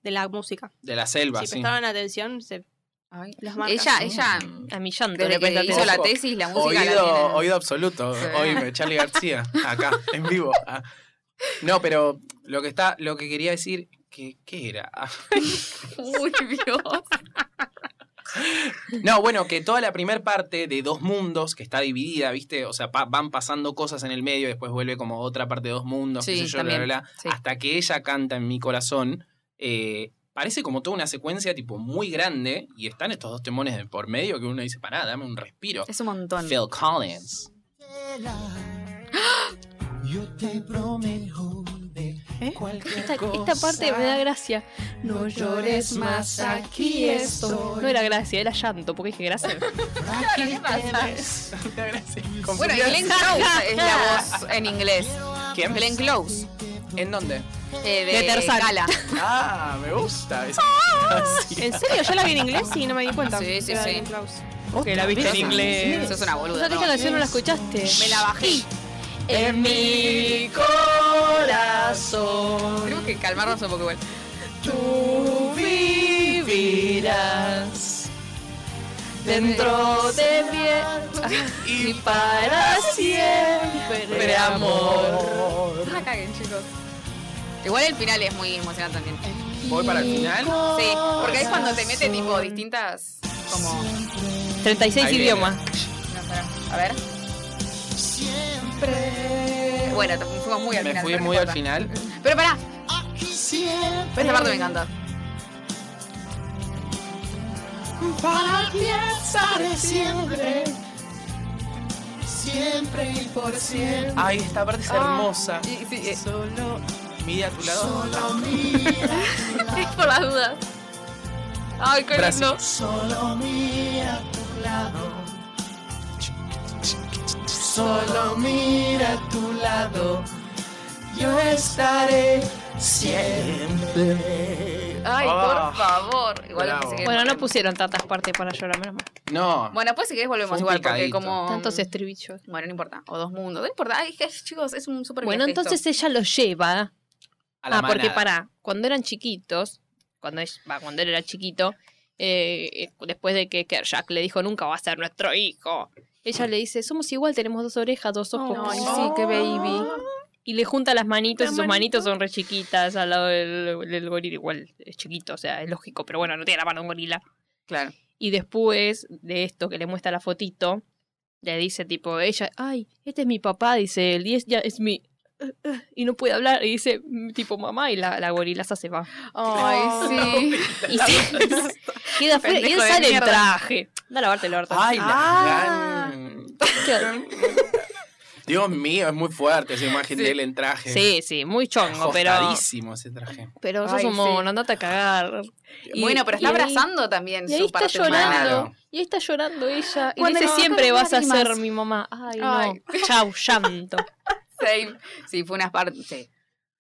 Speaker 2: de la música.
Speaker 1: de la selva,
Speaker 2: si
Speaker 1: sí.
Speaker 2: prestaron atención, se
Speaker 3: Ay,
Speaker 2: las marcas.
Speaker 3: ella, ella,
Speaker 1: Mm.
Speaker 4: A mi llanto
Speaker 3: desde
Speaker 4: le presta
Speaker 3: que hizo la
Speaker 1: Ojo.
Speaker 3: tesis, la música la tiene-
Speaker 1: Oído, oído absoluto.
Speaker 3: Sí.
Speaker 1: Oíme, Charlie García, acá, en vivo. Ah. No, pero lo que está, lo que quería decir, que, ¿qué era? Ah.
Speaker 3: Uy, Dios.
Speaker 1: No, bueno, que toda la primera parte de dos mundos que está dividida, ¿viste? O sea, pa- van pasando cosas en el medio, después vuelve como otra parte de dos mundos, qué
Speaker 3: Sí,
Speaker 1: sé yo, bla,
Speaker 3: también,
Speaker 1: bla, bla.
Speaker 3: sí.
Speaker 1: Hasta que ella canta en mi corazón. eh, parece como toda una secuencia, tipo, muy grande. Y están estos dos temones de por medio que uno dice, pará, dame un respiro.
Speaker 3: Es un montón.
Speaker 1: Phil Collins.
Speaker 5: Yo te prometo de
Speaker 2: ¿Eh?
Speaker 5: cualquier
Speaker 4: Esta,
Speaker 5: cosa.
Speaker 4: esta parte me da gracia.
Speaker 5: No llores más, aquí estoy.
Speaker 4: No era gracia, era llanto, porque dije gracia.
Speaker 5: Aquí te ves.
Speaker 3: Bueno, y Glenn Close es la voz en inglés.
Speaker 1: ¿Quién?
Speaker 3: Glenn Close.
Speaker 1: ¿En dónde?
Speaker 3: eh, de
Speaker 4: De Tarzán.
Speaker 3: Gala.
Speaker 1: Ah, me gusta. Es-
Speaker 2: ¿En serio? ¿Yo la vi en inglés? y no me di cuenta.
Speaker 3: Sí, sí,
Speaker 2: Era
Speaker 3: sí.
Speaker 2: de Klaus.
Speaker 4: que la viste en
Speaker 3: Sos-
Speaker 4: inglés.
Speaker 3: Sos una
Speaker 4: O
Speaker 3: boluda.
Speaker 4: sea, que
Speaker 3: no.
Speaker 4: esta canción no la escuchaste.
Speaker 3: Me la bajé.
Speaker 4: En mi corazón
Speaker 3: Tenemos que calmarnos un poco igual.
Speaker 4: tú vivirás dentro de mí y para siempre amor.
Speaker 3: No la caguen, chicos. Igual el final es muy emocionante también.
Speaker 1: Voy para el final.
Speaker 3: Sí, porque ahí es cuando te mete tipo distintas. Como.
Speaker 1: Ahí
Speaker 4: 36
Speaker 1: viene.
Speaker 4: idiomas.
Speaker 3: no, pará, A ver.
Speaker 5: Siempre
Speaker 3: bueno, nos fuimos muy al
Speaker 1: Me
Speaker 3: final.
Speaker 1: fui
Speaker 3: pero no
Speaker 1: muy al
Speaker 3: importa.
Speaker 1: final.
Speaker 3: Pero pará, esta parte me encantó.
Speaker 5: Para piensar siempre. Siempre y por siempre.
Speaker 1: Ay, esta parte es hermosa.
Speaker 3: Y- Ah, sí, eh,
Speaker 1: Solo mide a tu lado.
Speaker 5: Solo mira,
Speaker 3: es por las dudas. Ay, qué
Speaker 1: Gracias.
Speaker 3: lindo.
Speaker 5: solo mira a tu lado. Solo mira a tu lado. Yo estaré siempre.
Speaker 3: Ay,
Speaker 1: Ah,
Speaker 3: por favor. Igual
Speaker 1: bravo.
Speaker 3: pensé que-
Speaker 4: Bueno, no pusieron tantas partes para llorar, menos mal.
Speaker 1: No.
Speaker 3: Bueno, pues si querés
Speaker 1: Fue
Speaker 3: volvemos
Speaker 1: un
Speaker 3: igual, porque
Speaker 1: picadito.
Speaker 3: como.
Speaker 4: Tantos estribillos.
Speaker 3: Bueno, no importa. O dos mundos. No importa. Ay, es- chicos, es un super
Speaker 4: Bueno,
Speaker 3: viaje esto.
Speaker 4: entonces ella lo lleva.
Speaker 1: a la
Speaker 4: ah, porque
Speaker 1: manada.
Speaker 4: para cuando eran chiquitos, cuando, ella- va, cuando él era chiquito, eh, eh, después de que Kershak le dijo nunca va a ser nuestro hijo, ella le dice, somos igual, tenemos dos orejas, dos ojos.
Speaker 2: Ay,
Speaker 4: sí, qué baby. Y le junta las manitos
Speaker 2: Las
Speaker 4: y sus manitos son re chiquitas al lado del, del gorila. Igual es chiquito, o sea, es lógico, pero bueno, no tiene la mano de un gorila.
Speaker 3: Claro.
Speaker 4: Y después de esto que le muestra la fotito, le dice tipo, ella, ay, este es mi papá, dice él, y es, ya es mi... eh, eh", Y no puede hablar, y dice mm, tipo mamá, y la, la gorilaza se va.
Speaker 3: Ay, sí.
Speaker 4: Y se- queda afuera, y él
Speaker 3: Pendejo de
Speaker 4: sale en
Speaker 3: mierda.
Speaker 4: traje. Anda a lavarte el orto.
Speaker 1: Ay, la
Speaker 2: Ah.
Speaker 1: gran- Dios mío, es muy fuerte esa imagen
Speaker 3: Sí.
Speaker 1: de él en traje.
Speaker 4: Sí, sí, muy chongo, pero.
Speaker 1: Ajustadísimo ese traje.
Speaker 4: Pero sos
Speaker 3: Ay,
Speaker 4: un
Speaker 3: sí.
Speaker 4: mono, andate a cagar. Y-
Speaker 3: bueno, pero está
Speaker 4: y ahí-
Speaker 3: abrazando también
Speaker 4: Y ahí
Speaker 3: su
Speaker 4: está
Speaker 3: parte
Speaker 4: llorando.
Speaker 3: humana.
Speaker 1: Claro.
Speaker 4: Y ahí está llorando ella. Y dice,
Speaker 3: Cuando le bajan
Speaker 4: siempre
Speaker 3: las
Speaker 4: vas a ser
Speaker 3: lágrimas.
Speaker 4: mi mamá. Ay,
Speaker 3: Ay.
Speaker 4: no. Chau, llanto.
Speaker 3: Sí, sí, fue una parte. Sí.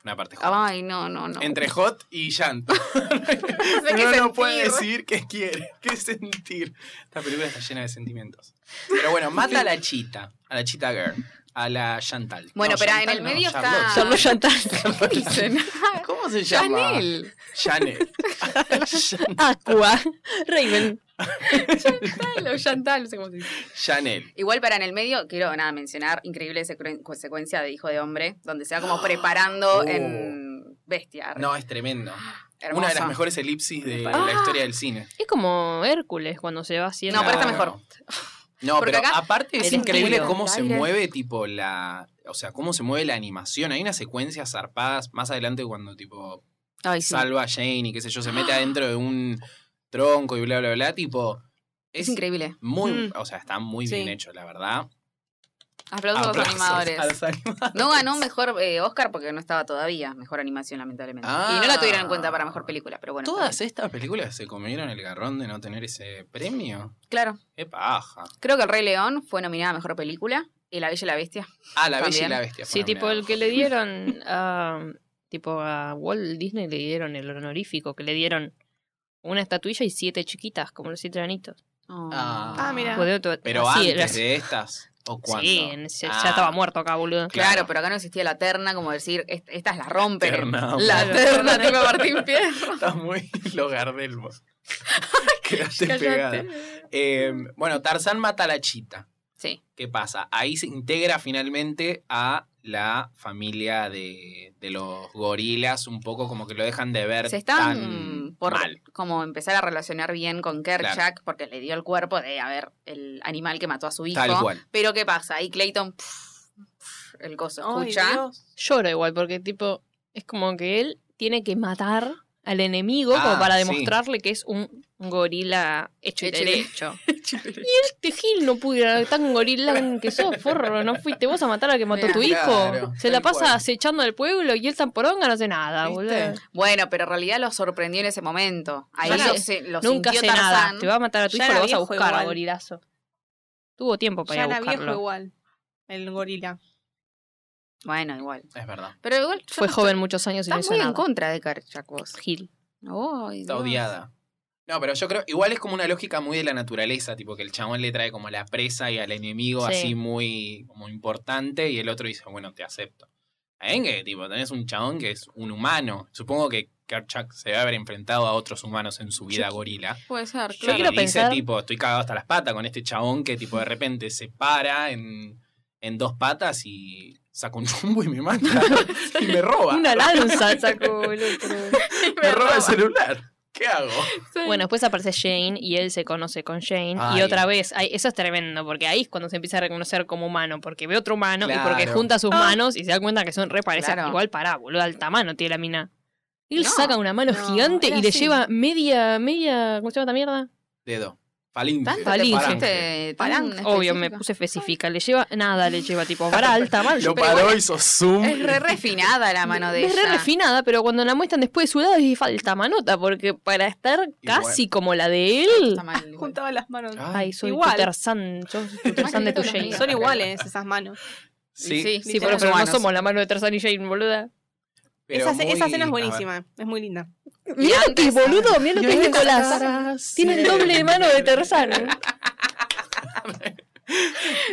Speaker 1: Una parte hot.
Speaker 3: Ay, no, no, no.
Speaker 1: Entre hot y llanto.
Speaker 3: No sé qué
Speaker 1: Uno no
Speaker 3: sentir.
Speaker 1: puede decir qué quiere, qué sentir. Esta película está llena de sentimientos. Pero bueno, mata a la chita, a la chita girl, a la Chantal.
Speaker 3: Bueno, pero en el medio está-
Speaker 4: Son los llantas.
Speaker 3: ¿Qué dicen?
Speaker 1: está... ¿Cómo se llama?
Speaker 3: Chanel.
Speaker 1: Chanel.
Speaker 4: Aqua. Raven.
Speaker 3: Chantal o Chantal, no sé cómo se dice.
Speaker 1: Chanel.
Speaker 3: Igual para en el medio, quiero nada mencionar, increíble secuen- secuencia de Hijo de Hombre, donde se va como preparando
Speaker 1: Oh.
Speaker 3: en bestia.
Speaker 1: No, es tremendo.
Speaker 3: hermoso.
Speaker 1: Una de las mejores elipsis de
Speaker 3: Ah.
Speaker 1: la historia del cine.
Speaker 4: Es como Hércules cuando se va haciendo.
Speaker 3: No, pero está
Speaker 1: Claro.
Speaker 3: mejor.
Speaker 1: No,
Speaker 3: Porque
Speaker 1: pero
Speaker 3: acá
Speaker 1: aparte es
Speaker 4: el
Speaker 1: increíble
Speaker 4: estilo,
Speaker 1: cómo
Speaker 3: el
Speaker 1: se
Speaker 3: aire.
Speaker 1: mueve tipo la, o sea, cómo se mueve la animación. Hay unas secuencias zarpadas más adelante cuando tipo
Speaker 3: Ay, sí.
Speaker 1: salva a Jane y qué sé yo, se mete adentro de un tronco y bla bla bla, tipo
Speaker 3: Es
Speaker 1: es
Speaker 3: increíble.
Speaker 1: muy,
Speaker 2: Mm.
Speaker 1: o sea, está muy bien
Speaker 2: Sí.
Speaker 1: hecho, la verdad.
Speaker 3: Aplausos a los
Speaker 1: Aplausos
Speaker 3: animadores.
Speaker 1: a los animadores.
Speaker 3: No ganó mejor eh, Oscar porque no estaba todavía. Mejor animación, lamentablemente.
Speaker 1: Ah.
Speaker 3: Y no la tuvieron en cuenta para mejor película, pero bueno.
Speaker 1: Todas estas películas se comieron el garrón de no tener ese premio.
Speaker 3: también. Claro.
Speaker 1: Qué paja.
Speaker 3: Creo que El Rey León fue nominada a mejor película. Y La Bella y la Bestia.
Speaker 1: Ah, la bella y
Speaker 3: También.
Speaker 1: la bestia.
Speaker 4: Sí,
Speaker 1: fue
Speaker 4: tipo
Speaker 1: nominada.
Speaker 4: el que le dieron a. Tipo a Walt Disney le dieron el honorífico, que le dieron una estatuilla y siete chiquitas, como los siete granitos.
Speaker 1: Ah,
Speaker 3: Oh.
Speaker 2: Ah, mira.
Speaker 1: Pero antes de estas o cuando.
Speaker 4: Sí, en ese-
Speaker 1: Ah.
Speaker 4: ya estaba muerto acá, boludo.
Speaker 3: Claro,
Speaker 1: claro.
Speaker 3: pero acá no existía la terna, como decir, "Est- estas las rompen.
Speaker 1: Terna,
Speaker 3: La
Speaker 4: bueno.
Speaker 3: terna, tipo Martín Fierro.
Speaker 1: Está muy lo Gardel vos. Quedaste pegada. Eh, bueno, Tarzán mata a la chita.
Speaker 3: Sí.
Speaker 1: ¿Qué pasa? Ahí se integra finalmente a la familia de, de los gorilas, un poco como que lo dejan de ver
Speaker 3: se están
Speaker 1: tan
Speaker 3: por
Speaker 1: mal.
Speaker 3: como empezar a relacionar bien con Kerchak
Speaker 1: Claro.
Speaker 3: porque le dio el cuerpo de, a ver, el animal que mató a su hijo.
Speaker 1: Tal cual.
Speaker 3: Pero ¿qué pasa? Ahí Clayton, pf, pf, el coso,
Speaker 2: Ay,
Speaker 3: escucha.
Speaker 2: Dios.
Speaker 4: Lloro igual, porque tipo, es como que él tiene que matar al enemigo
Speaker 1: Ah,
Speaker 4: como para
Speaker 1: sí.
Speaker 4: demostrarle que es un gorila hecho y
Speaker 3: Hecho y
Speaker 4: derecho. Este Gil no pudiera, tan gorilán que sos, forro, no fuiste vos a matar al que mató tu hijo.
Speaker 1: Claro,
Speaker 4: Se la
Speaker 1: tal
Speaker 4: pasa
Speaker 1: cual.
Speaker 4: acechando al pueblo y él tan poronga no hace nada,
Speaker 1: ¿Viste?
Speaker 4: Ah, boludo.
Speaker 3: bueno, pero en realidad lo sorprendió en ese momento. Ahí
Speaker 4: Claro.
Speaker 3: lo, se- lo
Speaker 4: Nunca hace
Speaker 3: sintió Tarzán.
Speaker 4: nada. Te va a matar a tu
Speaker 2: Ya
Speaker 4: hijo,
Speaker 2: era
Speaker 4: lo vas a
Speaker 2: viejo
Speaker 4: buscar,
Speaker 2: igual.
Speaker 4: gorilazo. Tuvo tiempo para
Speaker 2: Ya
Speaker 4: ir a
Speaker 2: era viejo
Speaker 4: buscarlo.
Speaker 2: igual. El gorila.
Speaker 3: Bueno, igual.
Speaker 1: Es verdad.
Speaker 3: Pero igual yo
Speaker 4: Fue
Speaker 3: no-
Speaker 4: joven muchos años y no
Speaker 3: Estás
Speaker 4: hizo
Speaker 3: muy en
Speaker 4: nada.
Speaker 3: contra de Kerchak vos.
Speaker 4: Gil.
Speaker 3: Ay,
Speaker 1: Está
Speaker 3: Dios.
Speaker 1: odiada. No, pero yo creo, igual es como una lógica muy de la naturaleza, tipo que el chabón le trae como la presa y al enemigo
Speaker 4: Sí.
Speaker 1: así muy como importante y el otro dice, bueno, te acepto. ¿Ven que tipo, tenés un chabón que es un humano? Supongo que Kerchak se debe haber enfrentado a otros humanos en su vida gorila.
Speaker 3: Puede ser,
Speaker 4: Yo
Speaker 1: y
Speaker 3: claro.
Speaker 4: quiero
Speaker 1: dice,
Speaker 4: pensar-
Speaker 1: tipo, estoy cagado hasta las patas con este chabón que tipo de repente se para en, en dos patas y saca un chumbo y me mata y me roba.
Speaker 4: Una lanza sacó, boludo.
Speaker 1: me roba el celular. ¿Qué hago?
Speaker 4: Bueno, después aparece Shane y él se conoce con Shane.
Speaker 1: Ay.
Speaker 4: Y otra vez, ay, eso es tremendo, porque ahí es cuando se empieza a reconocer como humano, porque ve otro humano y porque
Speaker 1: Claro.
Speaker 4: junta sus
Speaker 2: Ah.
Speaker 4: manos y se da cuenta que son re parecidas.
Speaker 3: Claro.
Speaker 4: Igual pará, boludo, alta mano tiene la mina. Él
Speaker 3: No,
Speaker 4: saca una mano
Speaker 2: no,
Speaker 4: gigante
Speaker 2: era
Speaker 4: y le
Speaker 2: así.
Speaker 4: lleva media, media, ¿cómo se llama esta mierda?
Speaker 1: Dedo. Falinge.
Speaker 3: Tanto te
Speaker 4: Falinge.
Speaker 3: pusiste tan
Speaker 4: Tan- Obvio, me
Speaker 3: específica.
Speaker 4: puse específica. Le lleva, nada, le lleva tipo, para alta mano.
Speaker 1: Lo
Speaker 3: Pero
Speaker 1: paró,
Speaker 3: igual-
Speaker 1: hizo zoom.
Speaker 3: Es re refinada la mano de
Speaker 4: es
Speaker 3: ella.
Speaker 4: re refinada, pero cuando la muestran después de su edad es falta manota, porque para estar casi como la de él.
Speaker 3: Está mal, igual.
Speaker 2: Juntaba las manos.
Speaker 4: Ay, soy
Speaker 2: Igual.
Speaker 4: Peter San, yo soy Peter San de tu Jane.
Speaker 2: Son iguales esas manos.
Speaker 1: sí,
Speaker 3: sí,
Speaker 4: Sí,
Speaker 3: pero
Speaker 4: pero, pero no
Speaker 3: humanos.
Speaker 4: somos la mano de Tarzan y Jane, boluda.
Speaker 1: pero
Speaker 2: esa,
Speaker 1: muy-
Speaker 2: esa escena
Speaker 1: a ver.
Speaker 2: es buenísima, es muy linda.
Speaker 4: Mirá lo que es, boludo, mirá lo que es Nicolás.
Speaker 5: Nicolás.
Speaker 4: Tiene el doble de mano de Tarzan.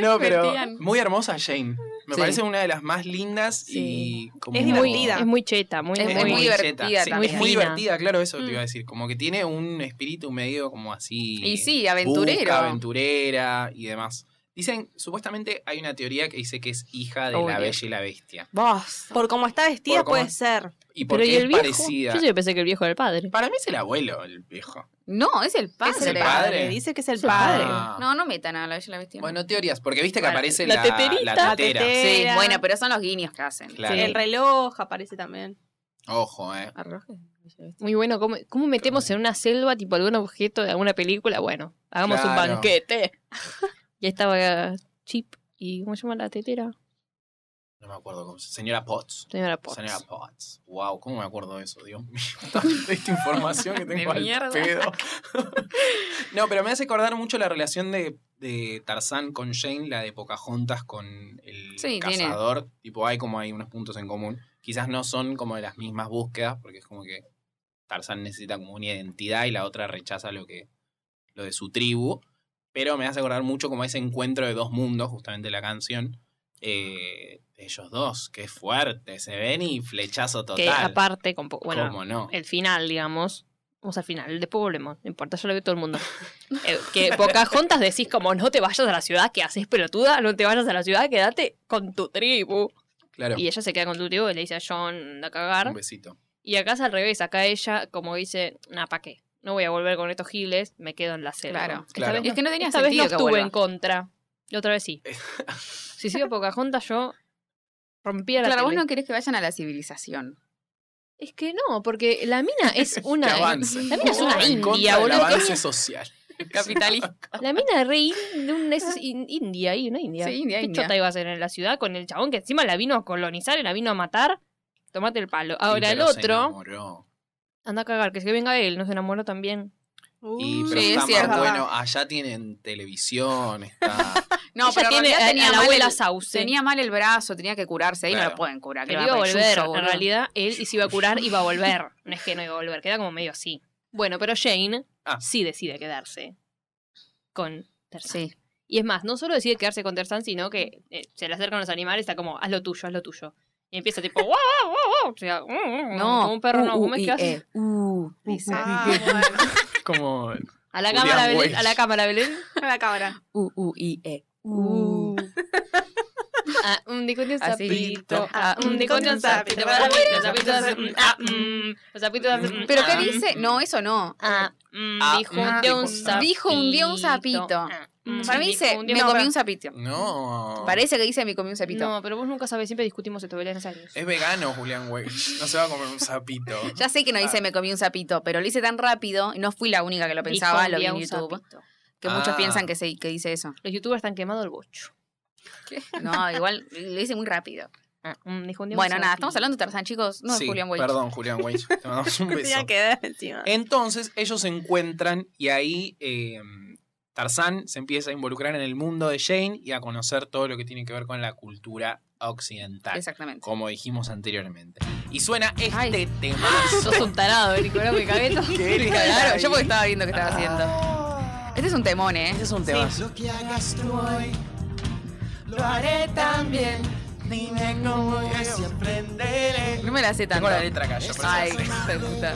Speaker 1: No, pero
Speaker 3: Metían.
Speaker 1: muy hermosa Jane. Me
Speaker 3: Sí.
Speaker 1: parece una de las más lindas
Speaker 3: Sí.
Speaker 1: y como
Speaker 2: Es
Speaker 4: Muy,
Speaker 2: divertida.
Speaker 4: es muy cheta, muy,
Speaker 3: Es
Speaker 1: es
Speaker 4: muy,
Speaker 1: muy
Speaker 3: divertida
Speaker 1: cheta, sí,
Speaker 3: también.
Speaker 1: es
Speaker 4: Muy
Speaker 1: muy
Speaker 4: fina.
Speaker 1: divertida, claro, eso te
Speaker 2: Mm.
Speaker 1: iba a decir. Como que tiene un espíritu medio como así.
Speaker 3: Y sí,
Speaker 1: buca,
Speaker 3: aventurero.
Speaker 1: aventurera y demás. Dicen, supuestamente hay una teoría que dice que es hija de
Speaker 4: Oh,
Speaker 1: la
Speaker 4: Dios.
Speaker 1: bella y la bestia.
Speaker 3: Vos.
Speaker 2: Por cómo está vestida
Speaker 1: Por cómo-
Speaker 2: puede ser.
Speaker 1: Y
Speaker 4: Pero
Speaker 1: porque
Speaker 4: ¿y el
Speaker 1: es
Speaker 4: viejo?
Speaker 1: parecida.
Speaker 4: Yo siempre pensé que el viejo era el padre.
Speaker 1: Para mí es el abuelo, el viejo.
Speaker 3: No, es el padre.
Speaker 2: Es el
Speaker 1: padre.
Speaker 2: padre. Dice que es el
Speaker 4: Es el
Speaker 2: padre.
Speaker 1: padre. Ah.
Speaker 3: No, no metan a la bella y la bestia.
Speaker 1: Bueno, teorías, porque viste que
Speaker 4: Bueno,
Speaker 1: aparece
Speaker 4: la
Speaker 1: la,
Speaker 4: teterita.
Speaker 1: la tetera.
Speaker 2: La tetera.
Speaker 3: Sí, bueno, pero son los guiños que hacen.
Speaker 1: Claro.
Speaker 2: El reloj aparece también.
Speaker 1: Ojo, eh.
Speaker 3: Arroje.
Speaker 4: Muy bueno, ¿cómo, cómo metemos en una selva tipo algún objeto de alguna película? Bueno, hagamos un
Speaker 1: Claro.
Speaker 4: banquete. y ahí estaba Chip y ¿cómo se llama la tetera?
Speaker 1: No me acuerdo cómo se Señora Potts.
Speaker 4: Señora Potts.
Speaker 1: Señora Potts. Wow, ¿cómo me acuerdo de eso? Dios mío, tanta esta información que tengo
Speaker 3: De
Speaker 1: al
Speaker 3: mierda.
Speaker 1: pedo. no, pero me hace acordar mucho la relación de, de Tarzán con Jane, la de Pocahontas con el
Speaker 3: Sí, tiene.
Speaker 1: cazador. Tipo, hay como hay unos puntos en común. Quizás no son como de las mismas búsquedas, porque es como que Tarzán necesita como una identidad y la otra rechaza lo que lo de su tribu. Pero me hace acordar mucho como ese encuentro de dos mundos, justamente la canción. eh, de ellos dos, qué fuerte, se ven y flechazo total.
Speaker 4: Que aparte, con po- bueno, eh,
Speaker 1: ¿Cómo no?
Speaker 4: el final, digamos. Vamos al final, después volvemos, no importa, yo lo veo todo el mundo. Eh, que Pocahontas decís como, no te vayas a la ciudad, que haces pelotuda, no te vayas a la ciudad, quédate con tu tribu.
Speaker 1: Claro,
Speaker 4: Y ella se queda con tu tribu y le dice a John, anda a
Speaker 1: un
Speaker 4: cagar.
Speaker 1: besito.
Speaker 4: Y acá es al revés, acá ella como dice, nah, ¿pa' qué? No voy a volver con estos giles, me quedo en la selva.
Speaker 3: Claro,
Speaker 4: Esta
Speaker 1: claro.
Speaker 4: vez
Speaker 3: Y es que no tenía
Speaker 4: esta vez
Speaker 3: sentido
Speaker 4: no
Speaker 3: que
Speaker 4: estuve
Speaker 3: vuelva.
Speaker 4: en contra. La otra vez sí. si sigo Pocahontas, yo rompía la
Speaker 3: Claro, vos
Speaker 4: tele.
Speaker 3: no querés que vayan a la civilización.
Speaker 4: Es que no, porque la mina es una.
Speaker 1: que avance.
Speaker 4: La mina es
Speaker 1: Oh,
Speaker 4: una
Speaker 1: en
Speaker 4: india,
Speaker 1: contra del
Speaker 4: boludo. que
Speaker 1: avance social.
Speaker 3: Capitalista.
Speaker 4: es- La mina es re in- una- es in- india ahí, una india.
Speaker 3: Sí, india,
Speaker 4: ¿Qué
Speaker 3: india.
Speaker 4: chota iba a hacer en la ciudad con el chabón que encima la vino a colonizar y la vino a matar? Tomate el palo. Ahora
Speaker 1: Y
Speaker 4: el
Speaker 1: pero se
Speaker 4: otro,
Speaker 1: enamoró. también.
Speaker 4: anda a cagar, que se venga él, no se enamoró también.
Speaker 1: Y
Speaker 2: Uh,
Speaker 1: pero
Speaker 3: Sí, es
Speaker 1: está
Speaker 3: cierto.
Speaker 1: más bueno. Allá tienen televisión, está.
Speaker 3: No,
Speaker 4: Ella
Speaker 3: pero en
Speaker 4: tiene
Speaker 3: realidad
Speaker 4: a,
Speaker 3: tenía
Speaker 4: a la
Speaker 3: mal
Speaker 4: abuela
Speaker 3: el-
Speaker 4: Sauce.
Speaker 3: Tenía mal el brazo, tenía que curarse. Ahí no
Speaker 1: Claro.
Speaker 3: lo pueden curar.
Speaker 4: que
Speaker 3: Que
Speaker 4: iba
Speaker 3: va
Speaker 4: a
Speaker 3: para el
Speaker 4: volver.
Speaker 3: yuyo, boludo.
Speaker 4: en realidad, él y si iba a curar, iba a volver. No es que no iba a volver, queda como medio así. Bueno, pero Jane
Speaker 1: Ah.
Speaker 4: sí decide quedarse con Tarzán.
Speaker 3: Sí.
Speaker 4: Y es más, no solo decide quedarse con Tarzán, sino que eh, se le acercan los animales, está como, haz lo tuyo, haz lo tuyo. Y empieza tipo, guau, guau, guau, guau. O sea, mm, mm,
Speaker 3: No.
Speaker 4: como un perro, no,
Speaker 3: U,
Speaker 4: ¿cómo es
Speaker 3: U,
Speaker 4: que
Speaker 3: I,
Speaker 4: hace?
Speaker 3: E. U, dice.
Speaker 2: Ah, bueno,
Speaker 1: como.
Speaker 4: A la
Speaker 1: Julián
Speaker 4: cámara, Belén,
Speaker 1: Weiss.
Speaker 4: a la cámara, Belén.
Speaker 2: a la cámara.
Speaker 3: U, U, I,
Speaker 4: ah.
Speaker 3: E. U.
Speaker 2: Uh.
Speaker 4: A un dico de un
Speaker 3: Así.
Speaker 4: sapito, a un dico de un sapito, para mí, los sapitos hacen, mm, ah, mm, los sapitos hacen,
Speaker 3: ¿Pero qué
Speaker 4: ah,
Speaker 3: dice? No, eso no.
Speaker 4: Ah, mm,
Speaker 1: Ah,
Speaker 4: dijo,
Speaker 1: mm,
Speaker 4: hundió un
Speaker 1: dijo-
Speaker 4: sapito.
Speaker 3: dijo, hundió un sapito.
Speaker 4: Ah, mm,
Speaker 3: Para mí dice,
Speaker 4: hundió-
Speaker 3: me
Speaker 4: no,
Speaker 3: comí
Speaker 4: pero-
Speaker 3: un sapito.
Speaker 1: No.
Speaker 3: Parece que dice, me comí un sapito.
Speaker 4: No, pero vos nunca sabés, siempre discutimos esto, Belén, años.
Speaker 3: Eh,
Speaker 1: Es vegano, Julián Weich. No se va a comer un sapito.
Speaker 3: Ya sé que no dice
Speaker 1: Ah.
Speaker 3: me comí un sapito, pero lo hice tan rápido, y no fui la única que lo pensaba, lo vi en YouTube, que muchos
Speaker 1: Ah.
Speaker 3: piensan que, se, que dice eso.
Speaker 4: Los youtubers están quemado el bocho.
Speaker 3: No, igual lo hice muy rápido.
Speaker 4: Ah, mm, dijo un día un
Speaker 3: Bueno, nada,
Speaker 4: sapito.
Speaker 3: estamos hablando de Tarzán, chicos, no
Speaker 1: Sí,
Speaker 3: de Julián Weich.
Speaker 1: Perdón, Julián Weich. Te mandamos un beso. Eh.
Speaker 2: Tenía que ver encima.
Speaker 1: Entonces ellos se encuentran y ahí eh, Tarzán se empieza a involucrar en el mundo de Jane y a conocer todo lo que tiene que ver con la cultura occidental,
Speaker 3: Exactamente.
Speaker 1: como dijimos anteriormente. Y suena este
Speaker 3: Ay.
Speaker 1: tema.
Speaker 4: Sos un
Speaker 1: Ah,
Speaker 4: tarado, Nicolás, me cagué todo.
Speaker 1: ¿Qué eres?
Speaker 3: Claro,
Speaker 1: Ahí.
Speaker 3: yo porque estaba viendo qué estaba
Speaker 1: Ah.
Speaker 3: haciendo. Este es un temón, ¿eh?
Speaker 1: Ese es un tema.
Speaker 5: Lo que hagas tú hoy, lo haré también. Dime cómo es y aprenderé.
Speaker 3: No me la sé tanto.
Speaker 1: Tengo la letra acá, ya por eso
Speaker 3: Ay,
Speaker 1: la sé.
Speaker 3: hija de puta.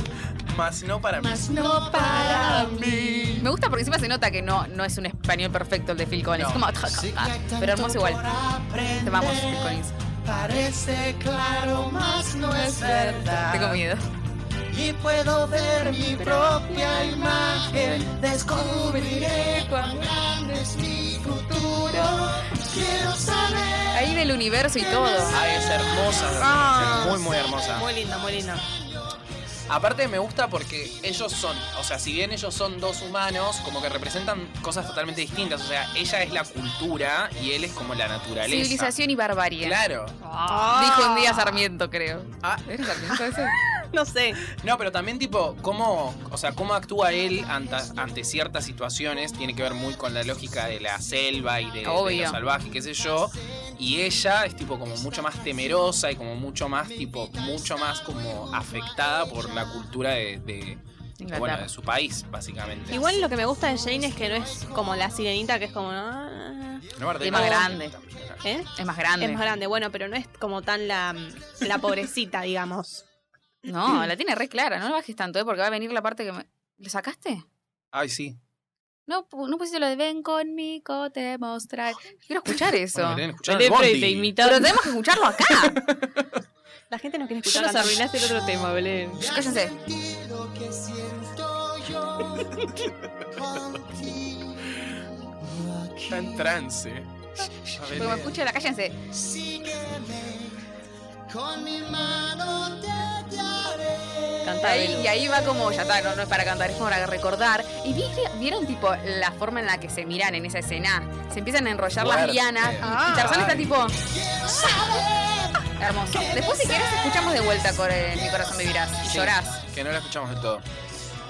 Speaker 1: Más no para mí.
Speaker 5: Mas no para mí.
Speaker 3: Me gusta porque encima se nota que no, no es un español perfecto el de Phil Collins.
Speaker 1: No.
Speaker 3: Es como... ah,
Speaker 5: Sé que hay tanto
Speaker 3: Pero hermoso igual.
Speaker 5: por aprender.
Speaker 3: Te vamos, Phil Collins.
Speaker 5: Parece claro, mas no es verdad.
Speaker 3: Tengo miedo.
Speaker 5: y puedo ver mi propia imagen. Descubriré cuán grande es mi futuro. Quiero saber.
Speaker 3: Ahí del universo y todo.
Speaker 1: Ay, es hermosa.
Speaker 2: Ah,
Speaker 1: es muy, muy hermosa.
Speaker 2: Muy linda, muy linda.
Speaker 1: Aparte me gusta porque ellos son, o sea, si bien ellos son dos humanos, como que representan cosas totalmente distintas. O sea, ella es la cultura y él es como la naturaleza.
Speaker 3: Civilización y barbarie.
Speaker 1: Claro.
Speaker 3: Ah. Dijo un día Sarmiento, creo.
Speaker 1: Ah,
Speaker 3: ¿Era Sarmiento ese?
Speaker 2: No sé.
Speaker 1: no, pero también tipo, cómo, o sea, cómo actúa él ante, ante ciertas situaciones, tiene que ver muy con la lógica de la selva y de, de
Speaker 3: Obvio.
Speaker 1: lo salvaje, qué sé yo. Y ella es tipo como mucho más temerosa y como mucho más, tipo, mucho más como afectada por la cultura de, de- bueno,
Speaker 3: Inglaterra.
Speaker 1: de su país, básicamente.
Speaker 2: Igual lo que me gusta de Jane es que no es como la sirenita que es como. ah,
Speaker 1: No, Arde-
Speaker 3: Es más
Speaker 1: no,
Speaker 3: grande.
Speaker 2: ¿eh?
Speaker 3: Es más grande.
Speaker 2: Es más grande, bueno, pero no es como tan la, la pobrecita, digamos.
Speaker 3: No, la tiene re clara. No la bajes tanto, ¿eh? porque va a venir la parte que me... ¿Lo sacaste?
Speaker 1: Ay, sí.
Speaker 3: No, pu- no pusiste lo de ven conmigo, te mostraré. Quiero escuchar eso.
Speaker 1: Bueno, me tienen que escuchar en el
Speaker 4: Belén Frey,
Speaker 1: bondi.
Speaker 4: te
Speaker 3: Pero
Speaker 4: imitaron.
Speaker 3: tenemos que escucharlo acá.
Speaker 2: La gente no quiere
Speaker 4: Ya
Speaker 2: escuchar
Speaker 4: nos
Speaker 2: tanto.
Speaker 4: arruinaste el otro tema, Belén.
Speaker 3: Cállense.
Speaker 5: Lo que siento yo contigo.
Speaker 1: Está en trance. A ver,
Speaker 3: Porque me escucha la cállense.
Speaker 5: Sígueme, con mi mano te hallaré.
Speaker 3: Y
Speaker 4: Cantá,
Speaker 3: ahí,
Speaker 4: Belu.
Speaker 3: y ahí va como, ya está, no, no es para cantar, es como para recordar. Y vi- vieron tipo la forma en la que se miran en esa escena. Se empiezan a enrollar
Speaker 1: Fuerte.
Speaker 3: las lianas.
Speaker 1: Ah.
Speaker 3: y Tarzán está
Speaker 1: Ay.
Speaker 3: tipo. Hermoso. Después si quieres escuchamos de vuelta con eh, mi corazón vivirás. Y
Speaker 1: Sí.
Speaker 3: llorás.
Speaker 1: Que no la escuchamos del todo.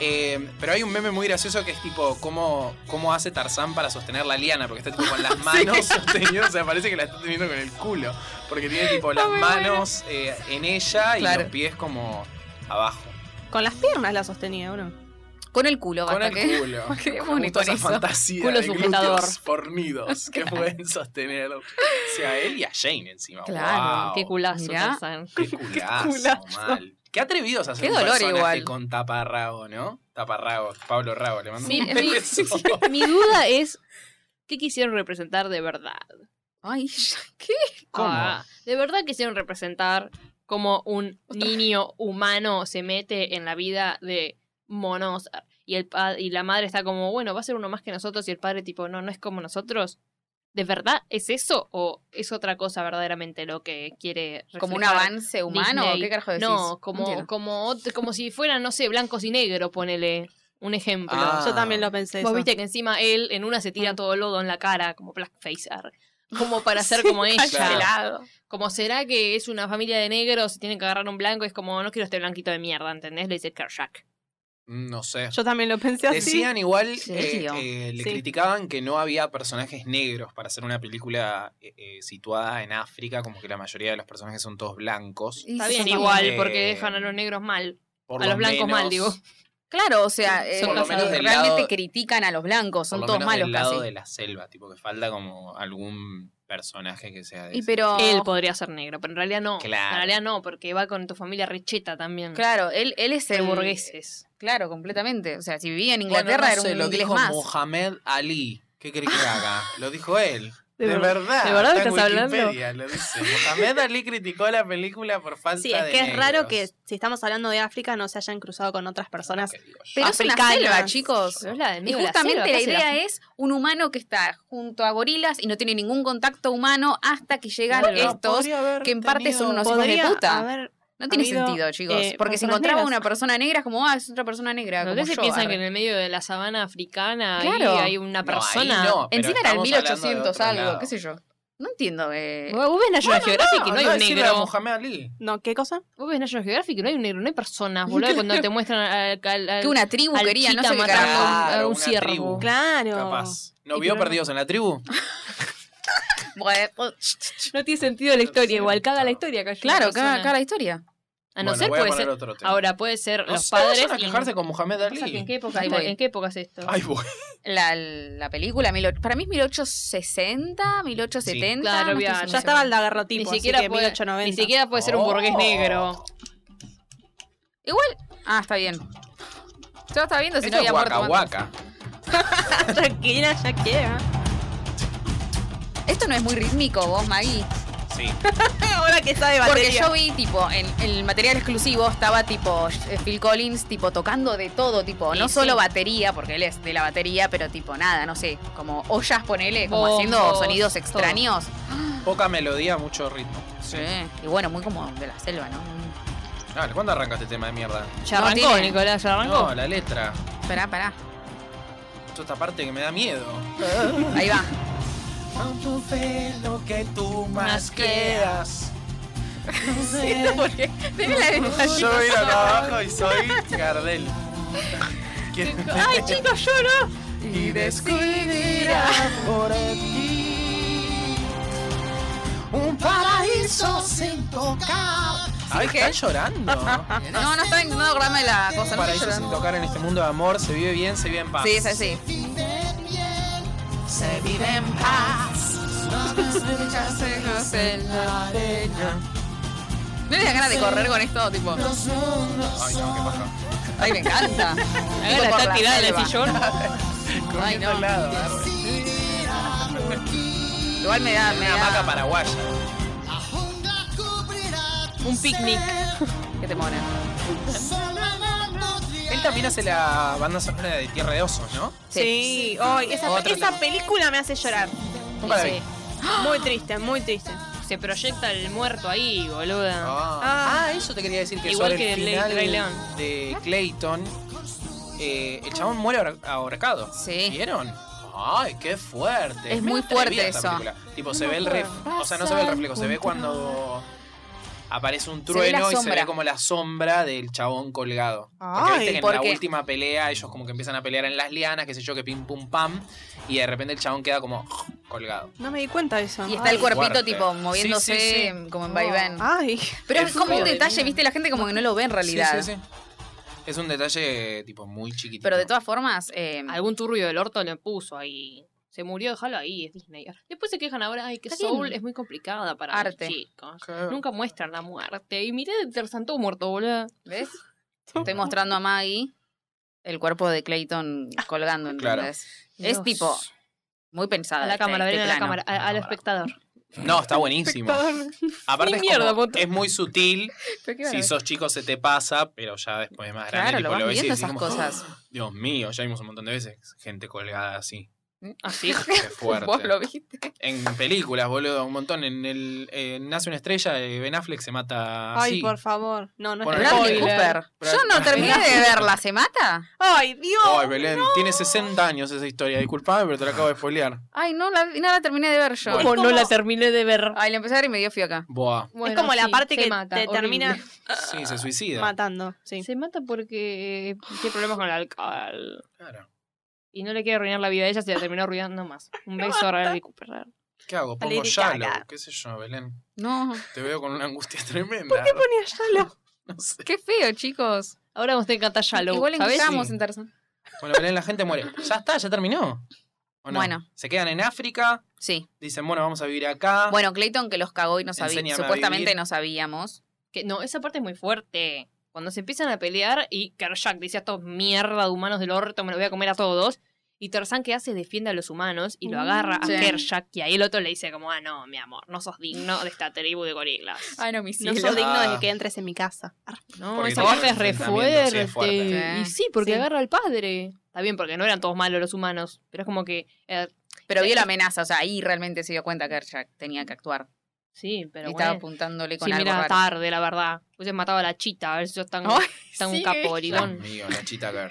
Speaker 1: Eh, pero hay un meme muy gracioso que es tipo cómo, cómo hace Tarzán para sostener la liana, porque está tipo con las manos sostenidas, o sea, parece que la está teniendo con el culo, porque tiene tipo las
Speaker 3: muy
Speaker 1: manos eh, en ella y
Speaker 3: Claro.
Speaker 1: los pies como abajo.
Speaker 2: Con las piernas la sostenía, ¿o no?
Speaker 3: Con el culo,
Speaker 1: Con
Speaker 3: basta
Speaker 1: el
Speaker 3: que.
Speaker 1: culo.
Speaker 3: qué
Speaker 1: Me
Speaker 3: bonito
Speaker 1: gustó esa
Speaker 3: eso.
Speaker 1: fantasía
Speaker 4: Culo
Speaker 1: de
Speaker 4: sujetador.
Speaker 1: glúteos fornidos que pueden sostener. O sea, a él y a Jane encima.
Speaker 3: Claro,
Speaker 1: Wow.
Speaker 4: Qué culazo,
Speaker 3: mirá.
Speaker 4: Tarzán.
Speaker 1: Qué culazo,
Speaker 2: culazo.
Speaker 1: mal. Qué atrevidos a hacer
Speaker 3: Qué
Speaker 1: un
Speaker 3: dolor
Speaker 1: personaje
Speaker 3: igual.
Speaker 1: con taparrago, ¿no? Taparrago, Pablo Rago, le mando
Speaker 3: Sí,
Speaker 1: un
Speaker 3: sí,
Speaker 1: beso.
Speaker 4: Mi duda es, ¿qué quisieron representar de verdad?
Speaker 3: Ay, ya, ¿qué?
Speaker 1: ¿Cómo?
Speaker 4: Ah, ¿De verdad quisieron representar cómo un niño humano se mete en la vida de monos? Y, el pa- y la madre está como, bueno, va a ser uno más que nosotros y el padre tipo, no, no es como nosotros. ¿De verdad es eso o es otra cosa verdaderamente lo que quiere
Speaker 3: Como un
Speaker 4: reflejar
Speaker 3: avance humano.
Speaker 4: Disney?
Speaker 3: ¿Qué carajo decís?
Speaker 4: No, como,
Speaker 3: entiendo.
Speaker 4: como, ot- como si fueran, no sé, blancos y negros, ponele un ejemplo.
Speaker 1: Ah.
Speaker 2: Yo también lo pensé.
Speaker 4: Vos
Speaker 2: eso.
Speaker 4: viste que encima él en una se tira
Speaker 3: Mm.
Speaker 4: todo lodo en la cara, como blackface, arre, como para ser como ella.
Speaker 1: claro.
Speaker 4: helado. Como será que es una familia de negros y tienen que agarrar un blanco, es como, no quiero este blanquito de mierda, ¿entendés? Le dice Kershak.
Speaker 1: Mm, No sé.
Speaker 2: Yo también lo pensé así.
Speaker 1: Decían igual,
Speaker 3: Sí,
Speaker 1: eh,
Speaker 3: tío.
Speaker 1: eh, le
Speaker 2: Sí.
Speaker 1: criticaban que no había personajes negros para hacer una película eh, eh, situada en África, como que la mayoría de los personajes son todos blancos.
Speaker 3: Y
Speaker 4: Está
Speaker 3: sí,
Speaker 4: bien,
Speaker 3: sí.
Speaker 4: igual,
Speaker 1: Eh,
Speaker 4: porque dejan a los negros mal.
Speaker 1: Por
Speaker 4: A
Speaker 1: lo
Speaker 4: los blancos
Speaker 1: menos-
Speaker 4: mal, digo.
Speaker 3: Claro, o sea, eh,
Speaker 4: Por lo menos
Speaker 1: del
Speaker 3: realmente
Speaker 1: lado-
Speaker 3: critican a los blancos,
Speaker 1: por
Speaker 3: son
Speaker 1: lo
Speaker 3: todos
Speaker 1: menos
Speaker 3: malos
Speaker 1: del lado
Speaker 3: casi.
Speaker 1: de la selva, tipo que falta como algún personaje que sea de
Speaker 3: Y
Speaker 1: ese
Speaker 3: pero-
Speaker 1: estilo.
Speaker 4: Él podría ser negro, pero en realidad no.
Speaker 1: Claro.
Speaker 4: En realidad no, porque va con tu familia recheta también.
Speaker 3: Claro, él, él es
Speaker 4: De
Speaker 3: el
Speaker 4: burgueses.
Speaker 3: Claro, completamente. O sea, si vivía en
Speaker 1: Bueno,
Speaker 3: Inglaterra
Speaker 1: no
Speaker 3: era
Speaker 1: sé,
Speaker 3: un
Speaker 1: lo
Speaker 3: inglés
Speaker 1: dijo
Speaker 3: más.
Speaker 1: Mohamed Ali. ¿Qué crees que haga? Lo dijo él.
Speaker 4: De
Speaker 1: De,
Speaker 4: ver-
Speaker 1: verdad.
Speaker 4: ¿de verdad
Speaker 1: está en
Speaker 4: estás hablando?
Speaker 1: Wikipedia, lo dice. Mohamed Ali criticó la película por falta
Speaker 2: Sí, es
Speaker 1: de
Speaker 2: que es raro
Speaker 1: negros.
Speaker 2: que si estamos hablando de África no se hayan cruzado con otras personas.
Speaker 1: Que digo yo.
Speaker 3: Pero es una
Speaker 2: Africanos.
Speaker 3: selva, chicos.
Speaker 4: Pero es la de
Speaker 3: Y
Speaker 4: medio de la
Speaker 3: justamente
Speaker 4: selva,
Speaker 3: la
Speaker 4: casi
Speaker 3: idea es un humano que está junto a gorilas y no tiene ningún contacto humano hasta que llegan
Speaker 4: Claro.
Speaker 3: estos.
Speaker 1: Podría haber
Speaker 3: que en parte
Speaker 1: tenido-
Speaker 3: son unos- hijos de
Speaker 2: Podría
Speaker 3: puta.
Speaker 2: haber-
Speaker 3: No tiene
Speaker 2: habido,
Speaker 3: sentido, chicos.
Speaker 2: eh,
Speaker 3: porque si
Speaker 2: personas
Speaker 3: encontraba
Speaker 2: negras.
Speaker 3: una persona negra es como, ah, es otra persona negra.
Speaker 4: ¿No
Speaker 3: como
Speaker 4: se
Speaker 3: yo,
Speaker 4: piensan que
Speaker 3: arre.
Speaker 4: en el medio de la sabana africana ahí
Speaker 3: Claro.
Speaker 4: hay una
Speaker 1: No, ahí
Speaker 4: persona?
Speaker 1: no, pero
Speaker 3: Encima era el
Speaker 1: estamos hablando de
Speaker 3: 1800
Speaker 1: otro
Speaker 3: algo,
Speaker 1: lado.
Speaker 3: qué sé yo. No entiendo. eh,
Speaker 4: Vos ves National Geographic y no hay
Speaker 1: Andá a
Speaker 4: un
Speaker 1: decirle
Speaker 4: negro.
Speaker 1: a Mohamed Ali.
Speaker 2: No, ¿qué cosa?
Speaker 4: Vos ves National Geographic y no hay un negro, no hay personas, boludo. Cuando te muestran al, al- al-
Speaker 3: que una tribu
Speaker 4: al
Speaker 3: quería, no
Speaker 4: chita
Speaker 3: sé qué
Speaker 4: matar a
Speaker 3: carajo.
Speaker 4: un- a
Speaker 1: Claro,
Speaker 4: un
Speaker 1: una
Speaker 4: ciervo.
Speaker 1: tribu.
Speaker 2: Claro.
Speaker 1: Capaz.
Speaker 4: Y
Speaker 1: ¿No vio
Speaker 4: pero no-
Speaker 1: Perdidos en la tribu?
Speaker 3: Bueno, pues,
Speaker 4: No tiene sentido la historia, igual caga la historia. que haya una
Speaker 3: Claro, cada,
Speaker 4: persona.
Speaker 3: cada historia.
Speaker 4: A no
Speaker 1: Bueno,
Speaker 4: ser
Speaker 1: voy a
Speaker 4: puede
Speaker 1: poner
Speaker 4: ser.
Speaker 1: otro tema.
Speaker 4: Ahora puede ser
Speaker 1: No
Speaker 4: los
Speaker 1: sé, vayan
Speaker 4: padres.
Speaker 1: a
Speaker 4: y-
Speaker 1: quejarse con Mohamed
Speaker 4: Pasa que ¿En
Speaker 1: Ali.
Speaker 4: qué época,
Speaker 3: Ahí
Speaker 4: está-
Speaker 3: voy.
Speaker 4: en qué época es esto?
Speaker 1: Ay, voy.
Speaker 3: La, la película, mil och- para mí es 1860,
Speaker 4: Sí,
Speaker 3: 1870.
Speaker 4: claro,
Speaker 3: no estoy
Speaker 4: ya,
Speaker 3: segura.
Speaker 2: Ya estaba el
Speaker 4: ni,
Speaker 2: daguerrotipo,
Speaker 4: siquiera
Speaker 2: así que
Speaker 4: puede,
Speaker 2: 1890.
Speaker 4: ni siquiera puede ser un burgués
Speaker 1: Oh.
Speaker 4: negro.
Speaker 3: Igual. Ah, está bien. Yo estaba viendo si
Speaker 1: Esto
Speaker 3: no había
Speaker 1: es Waka
Speaker 3: muerto. antes.
Speaker 1: Waka.
Speaker 2: Shakira, Shakira.
Speaker 3: Esto no es muy rítmico, vos, Maggie.
Speaker 6: Sí.
Speaker 2: Ahora que sabe
Speaker 3: Porque
Speaker 2: batería.
Speaker 3: yo vi, tipo, en en el material exclusivo estaba, tipo, eh, Phil Collins, tipo, tocando de todo, tipo,
Speaker 4: Y
Speaker 3: no
Speaker 4: sí.
Speaker 3: solo batería, porque él es de la batería, pero, tipo, nada, no sé, como ollas, ponele, como
Speaker 4: Bombos,
Speaker 3: haciendo sonidos
Speaker 4: todo.
Speaker 3: extraños.
Speaker 1: Poca melodía, mucho ritmo.
Speaker 3: Sí. Y bueno, muy como de la selva, ¿no? Mm.
Speaker 1: Dale, ¿cuándo arranca este tema de mierda?
Speaker 4: Ya
Speaker 3: No
Speaker 4: arrancó,
Speaker 3: tiene.
Speaker 4: Nicolás, ya arrancó.
Speaker 1: No, la letra.
Speaker 3: Pará, pará.
Speaker 1: Esto esta parte que me da miedo.
Speaker 3: Ahí va.
Speaker 1: Con tu fe lo que tú más
Speaker 3: Más
Speaker 1: quieras. No sé,
Speaker 3: Porque tenés la
Speaker 1: Yo miro acá abajo y soy Gardel.
Speaker 3: Ay,
Speaker 1: Este-
Speaker 3: chicos, yo no.
Speaker 1: y descubrirá por ti un paraíso sin tocar. Ay,
Speaker 3: ¿Sí, qué?
Speaker 1: están llorando. Un
Speaker 3: No, no estoy intentando acordarme de la cosa. No estoy
Speaker 1: paraíso sin
Speaker 3: llorando.
Speaker 1: tocar en este mundo de amor se vive bien, se vive en paz.
Speaker 3: Sí, es así.
Speaker 1: Se vive en paz.
Speaker 3: ¿No le da ganas de correr con esto? Tipo,
Speaker 1: Ay, no, ¿qué pasa?
Speaker 3: ay, me encanta.
Speaker 4: Ahora
Speaker 3: Tipo por
Speaker 4: está
Speaker 3: la
Speaker 4: tirada en el
Speaker 3: selva.
Speaker 4: sillón.
Speaker 3: Ay, no.
Speaker 1: Al lado, ¿verdad?
Speaker 3: Igual me da, me
Speaker 1: Una hamaca
Speaker 3: da
Speaker 1: paraguaya.
Speaker 4: Un picnic.
Speaker 3: que te monen.
Speaker 1: Él también hace la banda sonora de Tierra de Osos, ¿no?
Speaker 2: Sí, ay, esa,
Speaker 1: Otro.
Speaker 2: esa película me hace llorar.
Speaker 1: Nunca la vi.
Speaker 4: Sí.
Speaker 2: Muy triste, muy triste.
Speaker 4: Se proyecta el muerto ahí, boluda.
Speaker 1: Ah, Ah, eso te quería decir que
Speaker 4: Igual
Speaker 1: sobre
Speaker 4: que
Speaker 1: el
Speaker 4: el Ley-
Speaker 1: final
Speaker 4: Rey León.
Speaker 1: de Clayton, eh, el chabón muere ahor- ahorcado.
Speaker 3: Sí.
Speaker 1: ¿Vieron? Ay, qué fuerte.
Speaker 3: Es muy
Speaker 1: atrevida
Speaker 3: fuerte
Speaker 1: esta
Speaker 3: eso.
Speaker 1: película. Tipo, se ve el reflejo. O sea, no se ve el reflejo, se ve cuando aparece un
Speaker 3: Se ve la
Speaker 1: trueno y se ve
Speaker 3: sombra.
Speaker 1: como la sombra del chabón colgado. Porque
Speaker 2: Ay,
Speaker 1: viste que en la
Speaker 3: porque-
Speaker 1: última pelea ellos como que empiezan a pelear en las lianas, qué sé yo, que pim pum pam, y de repente el chabón queda como colgado.
Speaker 2: No me di cuenta de eso.
Speaker 3: Y está el
Speaker 1: Ay,
Speaker 3: cuerpito
Speaker 1: fuerte.
Speaker 3: tipo moviéndose
Speaker 1: Sí, sí, sí.
Speaker 3: como en vaivén.
Speaker 4: Ah.
Speaker 2: Ay,
Speaker 3: Pero
Speaker 1: Es
Speaker 3: es como un
Speaker 1: fuerte.
Speaker 3: detalle, viste, la gente como que no lo ve en realidad.
Speaker 1: Sí, sí, sí. Es un detalle tipo muy chiquitito.
Speaker 3: Pero de todas formas, eh,
Speaker 4: Algún turbio del orto le puso ahí. Se murió, déjalo ahí, es Disney. Después se quejan ahora, ay, que
Speaker 3: Está
Speaker 4: Soul
Speaker 3: bien.
Speaker 4: es muy complicada para los
Speaker 3: Arte.
Speaker 4: chicos.
Speaker 1: Claro.
Speaker 4: Nunca muestran la muerte. Y miré de Tarzantó muerto, boludo.
Speaker 3: ¿ves? Estoy mostrando a Maggie el cuerpo de Clayton
Speaker 4: Ah,
Speaker 3: colgando,
Speaker 1: Claro.
Speaker 3: ¿entendés? Es tipo muy pensada.
Speaker 4: A la
Speaker 3: este-
Speaker 4: cámara,
Speaker 3: este
Speaker 4: ven a la
Speaker 3: plano.
Speaker 4: cámara, a- al espectador.
Speaker 1: No, está buenísimo. Aparte
Speaker 4: Ni
Speaker 1: es,
Speaker 4: mierda,
Speaker 1: como-
Speaker 4: puto.
Speaker 1: es muy sutil.
Speaker 3: Pero qué
Speaker 1: Si
Speaker 3: bárbaro.
Speaker 1: sos chico se te pasa, pero ya después de más grande
Speaker 3: Claro,
Speaker 1: tipo,
Speaker 3: lo vas
Speaker 1: ves y
Speaker 3: viendo
Speaker 1: decís
Speaker 3: esas
Speaker 1: como,
Speaker 3: cosas.
Speaker 1: "Ah, Dios mío, ya vimos un montón de veces gente colgada así.
Speaker 4: Así.
Speaker 1: Qué
Speaker 3: Vos
Speaker 1: fuerte.
Speaker 3: lo viste.
Speaker 1: en películas, boludo, un montón. En el en Nace una estrella, eh, Ben Affleck se mata
Speaker 2: ay,
Speaker 1: así.
Speaker 2: por favor. No, no
Speaker 1: Bueno,
Speaker 2: es
Speaker 1: no.
Speaker 2: verdad.
Speaker 3: Bradley
Speaker 1: spoiler.
Speaker 3: Cooper.
Speaker 1: Brad-
Speaker 3: Yo no terminé de verla. ¿Se mata?
Speaker 2: Ay, Dios.
Speaker 1: Ay, Belén, tiene 60 años esa historia. Disculpame, pero te la acabo de spoilear.
Speaker 3: Ay, no la, no la terminé de ver yo.
Speaker 1: Bueno.
Speaker 4: no la terminé de ver.
Speaker 3: Ay, la empecé a ver y me dio frío acá.
Speaker 1: Boa.
Speaker 2: es como la parte que te termina
Speaker 3: Ah,
Speaker 1: Sí, se suicida.
Speaker 2: matando. Sí.
Speaker 4: Se mata porque eh, tiene problemas con el alcohol.
Speaker 1: Claro.
Speaker 4: Y no le quiere arruinar la vida a ella, se la terminó arruinando más. Un beso a Bradley Cooper.
Speaker 1: ¿Qué hago? Pongo
Speaker 2: Lady
Speaker 1: Shallow.
Speaker 2: Gaga.
Speaker 1: ¿Qué sé yo, Belén?
Speaker 3: No.
Speaker 1: Te veo con una angustia tremenda. ¿Por
Speaker 2: Ponía Yalo.
Speaker 1: No sé.
Speaker 3: Qué feo, chicos.
Speaker 4: Ahora usted encanta Shallow,
Speaker 3: Igual
Speaker 4: ¿sabes?
Speaker 3: encontramos
Speaker 1: Sí.
Speaker 3: en Tarzan.
Speaker 1: Bueno, Belén, la gente muere. Ya está, ya terminó. ¿O no?
Speaker 3: Bueno.
Speaker 1: Se quedan en África,
Speaker 3: Sí.
Speaker 1: dicen, bueno, vamos a vivir acá.
Speaker 3: Bueno, Clayton que los cagó y no
Speaker 1: Enséñame a
Speaker 3: sabía. Supuestamente
Speaker 1: vivir.
Speaker 3: no sabíamos.
Speaker 4: Que, no, esa parte es muy fuerte. Cuando se empiezan a pelear y Kershak dice a estos mierda de humanos del orto, me lo voy a comer a todos. Y Tarzán que hace defiende a los humanos y lo agarra a
Speaker 3: Mm, Sí.
Speaker 4: Kershak y ahí el otro le dice como, ah, no, mi amor, no sos digno de esta tribu de gorilas.
Speaker 3: Ay, no, mi
Speaker 2: No
Speaker 1: cielo.
Speaker 2: sos digno
Speaker 1: Ah.
Speaker 2: de que entres en mi casa.
Speaker 4: No,
Speaker 1: Porque
Speaker 4: esa
Speaker 1: todo
Speaker 4: parte
Speaker 1: el
Speaker 4: es re
Speaker 1: enfrentamiento, sí,
Speaker 4: fuerte.
Speaker 1: es fuerte.
Speaker 4: Y
Speaker 3: Sí.
Speaker 4: sí, porque
Speaker 2: Sí.
Speaker 4: agarra al padre. Está bien, porque no eran todos malos los humanos, pero es como que... eh,
Speaker 3: Pero vio la amenaza, o sea, ahí realmente se dio cuenta que Ershak tenía que actuar.
Speaker 4: sí, pero
Speaker 3: y estaba
Speaker 4: bueno.
Speaker 3: apuntándole con
Speaker 4: Sí,
Speaker 3: algo
Speaker 4: mira,
Speaker 3: raro.
Speaker 4: tarde, la verdad. Hubiese matado a la chita, a ver si sos tan,
Speaker 3: Ay,
Speaker 4: tan
Speaker 3: sí.
Speaker 4: capo,
Speaker 1: Dios
Speaker 4: origón.
Speaker 1: mío, la chita girl.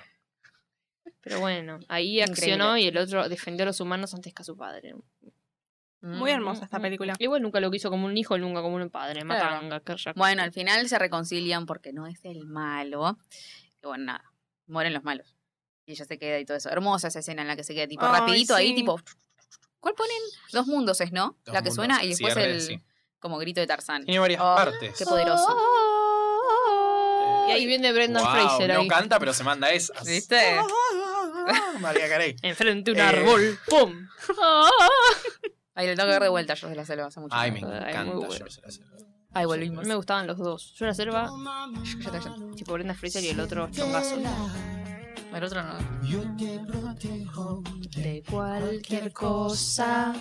Speaker 4: Pero bueno, ahí accionó y el otro defendió a los humanos antes que a su padre.
Speaker 3: Mm.
Speaker 2: Muy hermosa esta
Speaker 4: Mm.
Speaker 2: película.
Speaker 4: Igual nunca lo quiso como un hijo, nunca como un padre.
Speaker 3: Claro.
Speaker 4: Matanga, Kershak.
Speaker 3: Bueno, al final se reconcilian porque no es el malo. Y bueno, nada, mueren los malos. Y ella se queda y todo eso. Hermosa esa escena en la que se queda tipo
Speaker 2: Ay,
Speaker 3: rapidito ahí,
Speaker 2: sí.
Speaker 3: tipo... ¿Cuál ponen? Dos mundos es, ¿no?
Speaker 1: Dos
Speaker 3: la que
Speaker 1: mundos,
Speaker 3: suena y después
Speaker 1: cierre,
Speaker 3: el
Speaker 1: sí.
Speaker 3: como grito de Tarzán.
Speaker 1: Tiene varias
Speaker 3: Oh,
Speaker 1: partes.
Speaker 3: Qué poderoso.
Speaker 4: Y ahí viene Brendan
Speaker 1: Wow,
Speaker 4: Fraser
Speaker 1: no
Speaker 4: ahí.
Speaker 1: canta, pero se manda esas.
Speaker 3: ¿Viste?
Speaker 1: María Carey.
Speaker 4: Enfrente de un
Speaker 1: Eh.
Speaker 4: árbol. ¡Pum!
Speaker 3: Ahí le tengo que ver de vuelta yo de la selva hace mucho
Speaker 1: Ay, me
Speaker 3: tiempo.
Speaker 4: Ay,
Speaker 1: encanta.
Speaker 4: muy bueno.
Speaker 1: yo se la sé.
Speaker 3: Ahí volvimos.
Speaker 4: Me gustaban los dos. Yo la selva,
Speaker 3: Yo te- yo-
Speaker 4: tipo Brendan Fraser y el otro chongazo.
Speaker 3: El otro no.
Speaker 4: De cualquier cosa.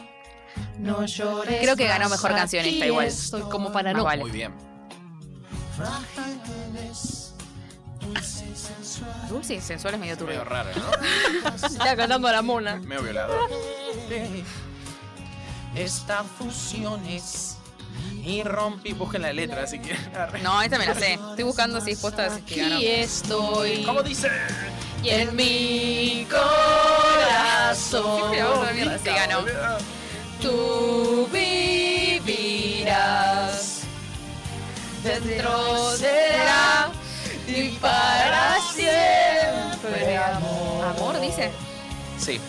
Speaker 5: No llores.
Speaker 3: Creo que ganó mejor canción
Speaker 5: cancionista
Speaker 3: esta igual.
Speaker 4: Soy como para
Speaker 3: Más
Speaker 4: no.
Speaker 3: vale.
Speaker 1: Ah, Muy bien.
Speaker 5: Frágil eres, dulce y sensual.
Speaker 3: Dulce y sensual es medio
Speaker 1: Medio
Speaker 3: turbio.
Speaker 1: raro, ¿no?
Speaker 4: Está cantando a la mona.
Speaker 1: Medio violador.
Speaker 5: Esta fusión es
Speaker 1: Y rompí, busquen la letra, así que.
Speaker 3: No, esta me la sé. Estoy buscando si es posta de que ganó.
Speaker 4: Aquí estoy.
Speaker 1: ¿Cómo dice?
Speaker 4: Y en mi
Speaker 3: Sí, pero vamos a la mierda. Sí, ganó.
Speaker 4: tú vivirás. Dentro será y para siempre
Speaker 3: Amor, dice.
Speaker 1: Sí.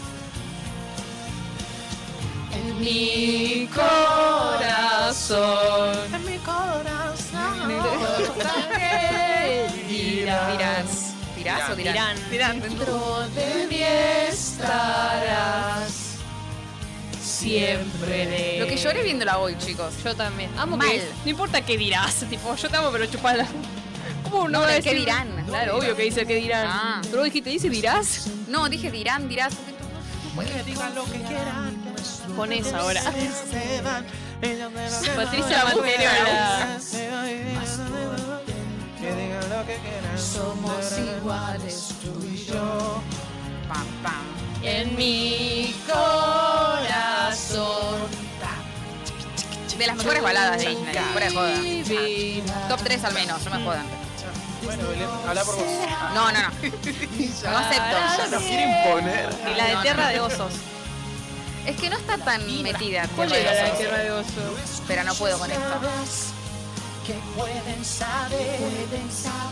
Speaker 4: en mi corazón.
Speaker 5: en mi corazón.
Speaker 3: Dirás. ¿Dirás o dirán?
Speaker 4: Dirán.
Speaker 5: Dentro de mí estarás.
Speaker 4: siempre de.
Speaker 3: Lo que lloré viéndola hoy, chicos.
Speaker 4: Yo también. Amo
Speaker 3: Mal.
Speaker 4: que. No importa qué dirás. Tipo, yo te amo, pero chupala. ¿Cómo no,
Speaker 3: No,
Speaker 4: va a
Speaker 3: pero ¿qué
Speaker 4: decir?
Speaker 3: dirán?
Speaker 4: Claro, obvio que dice el que dirán.
Speaker 3: Ah.
Speaker 4: Pero vos dijiste, ¿dice dirás?
Speaker 3: No, dije dirán, dirás.
Speaker 5: Que digan lo que quieran.
Speaker 4: Con esa ahora.
Speaker 5: Se van. Ellos me lo
Speaker 4: Patricia Manterola.
Speaker 5: Que digan lo que quieran. Somos iguales tú y yo.
Speaker 3: Pam, pam.
Speaker 4: En mi corazón.
Speaker 3: De las mejores baladas de Disney. Fuera de joda. Ah. Top 3 al menos, no me jodan.
Speaker 1: Bueno, Belén, habla por vos.
Speaker 3: No, no, no. No
Speaker 1: Ya
Speaker 3: acepto.
Speaker 1: nos quieren poner.
Speaker 4: Y la de
Speaker 3: No, no,
Speaker 4: Tierra
Speaker 3: no.
Speaker 4: de Osos.
Speaker 3: Es que no está tan metida.
Speaker 4: ¿Cuál era la de
Speaker 3: Tierra de Osos.
Speaker 4: Tierra de Osos?
Speaker 3: Pero no puedo con esto.
Speaker 5: Que pueden saber.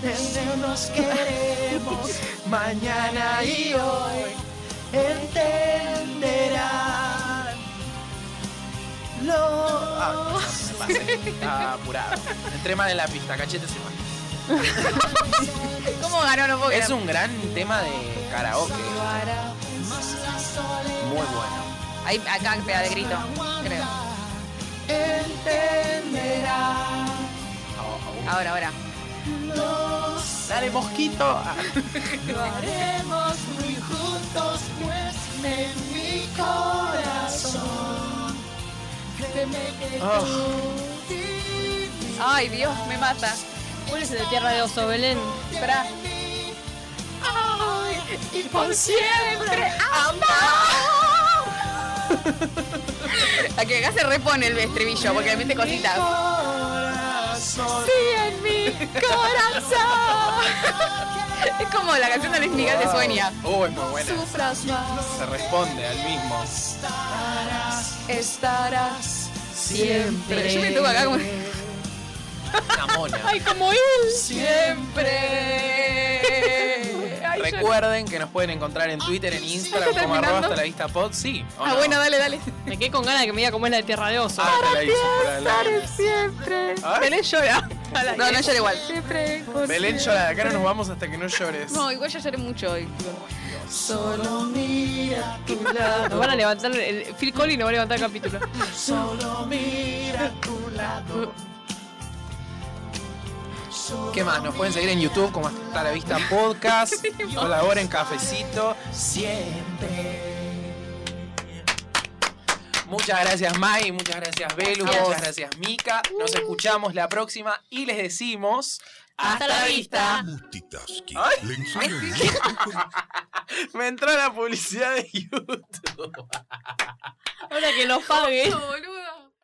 Speaker 5: Desde nos queremos. Mañana y hoy. Entenderán. Lo.
Speaker 1: Está apurado. Entreman en la pista, cachetes y manos.
Speaker 3: ¿Cómo ganó? No puedo
Speaker 1: Es
Speaker 3: creer.
Speaker 1: un gran tema de karaoke. Muy bueno.
Speaker 3: Ahí, acá pega de grito, creo.
Speaker 1: Abajo, abajo.
Speaker 3: Ahora, ahora.
Speaker 1: Dale, mosquito. Ah,
Speaker 5: Lo haremos muy juntos, pues en mi corazón. Créeme que tú vives
Speaker 3: Ay, Dios, me mata.
Speaker 4: ¿Cuál es el de Tierra de Osos, Belén?
Speaker 3: Esperá.
Speaker 5: en mí. Ay, y por siempre.
Speaker 3: A que acá se repone el estribillo, porque le mete cositas.
Speaker 5: Corazón.
Speaker 3: en mi corazón. Es como la canción de Luis Miguel de
Speaker 1: wow.
Speaker 3: Sueña.
Speaker 1: Oh, es muy buena.
Speaker 5: Sufras más,
Speaker 1: Se responde al mismo.
Speaker 5: estarás
Speaker 3: Estarás.
Speaker 5: siempre.
Speaker 3: Yo me tuve acá como.
Speaker 1: Una mona.
Speaker 4: Ay, como él.
Speaker 3: Siempre. Ay, yo-
Speaker 1: Recuerden que nos pueden encontrar en Twitter, en Instagram,
Speaker 3: ¿Está
Speaker 1: como arroba
Speaker 3: terminando?
Speaker 1: hasta la vista pod. Sí. ¿o
Speaker 3: Ah,
Speaker 1: no?
Speaker 3: bueno, dale, dale.
Speaker 4: Me quedé con ganas de que me diga cómo es la de Tierra de Osos.
Speaker 1: Ah, te la hizo por adelante.
Speaker 3: Siempre.
Speaker 1: Ay.
Speaker 3: Belén llora. No, no llora igual.
Speaker 1: Belén llora, de acá no nos vamos hasta que no llores.
Speaker 3: No, igual ya lloré mucho hoy.
Speaker 5: Solo mira a tu lado.
Speaker 4: Nos van a levantar. El, Phil Collins nos va a levantar el capítulo.
Speaker 5: Solo mira a tu lado.
Speaker 1: ¿Qué más? Nos pueden seguir en YouTube como hasta la vista podcast. Colaboren cafecito.
Speaker 5: Siempre.
Speaker 1: Muchas gracias Mai, muchas gracias Belu,
Speaker 3: A vos.
Speaker 1: muchas gracias Mika. Nos escuchamos la próxima y les decimos
Speaker 4: Hasta la vista.
Speaker 7: Multitasking.
Speaker 1: Ay.
Speaker 7: Le enseño el mundo con-
Speaker 1: Me entró la publicidad de YouTube.
Speaker 4: Ahora que lo pague.
Speaker 3: boludo.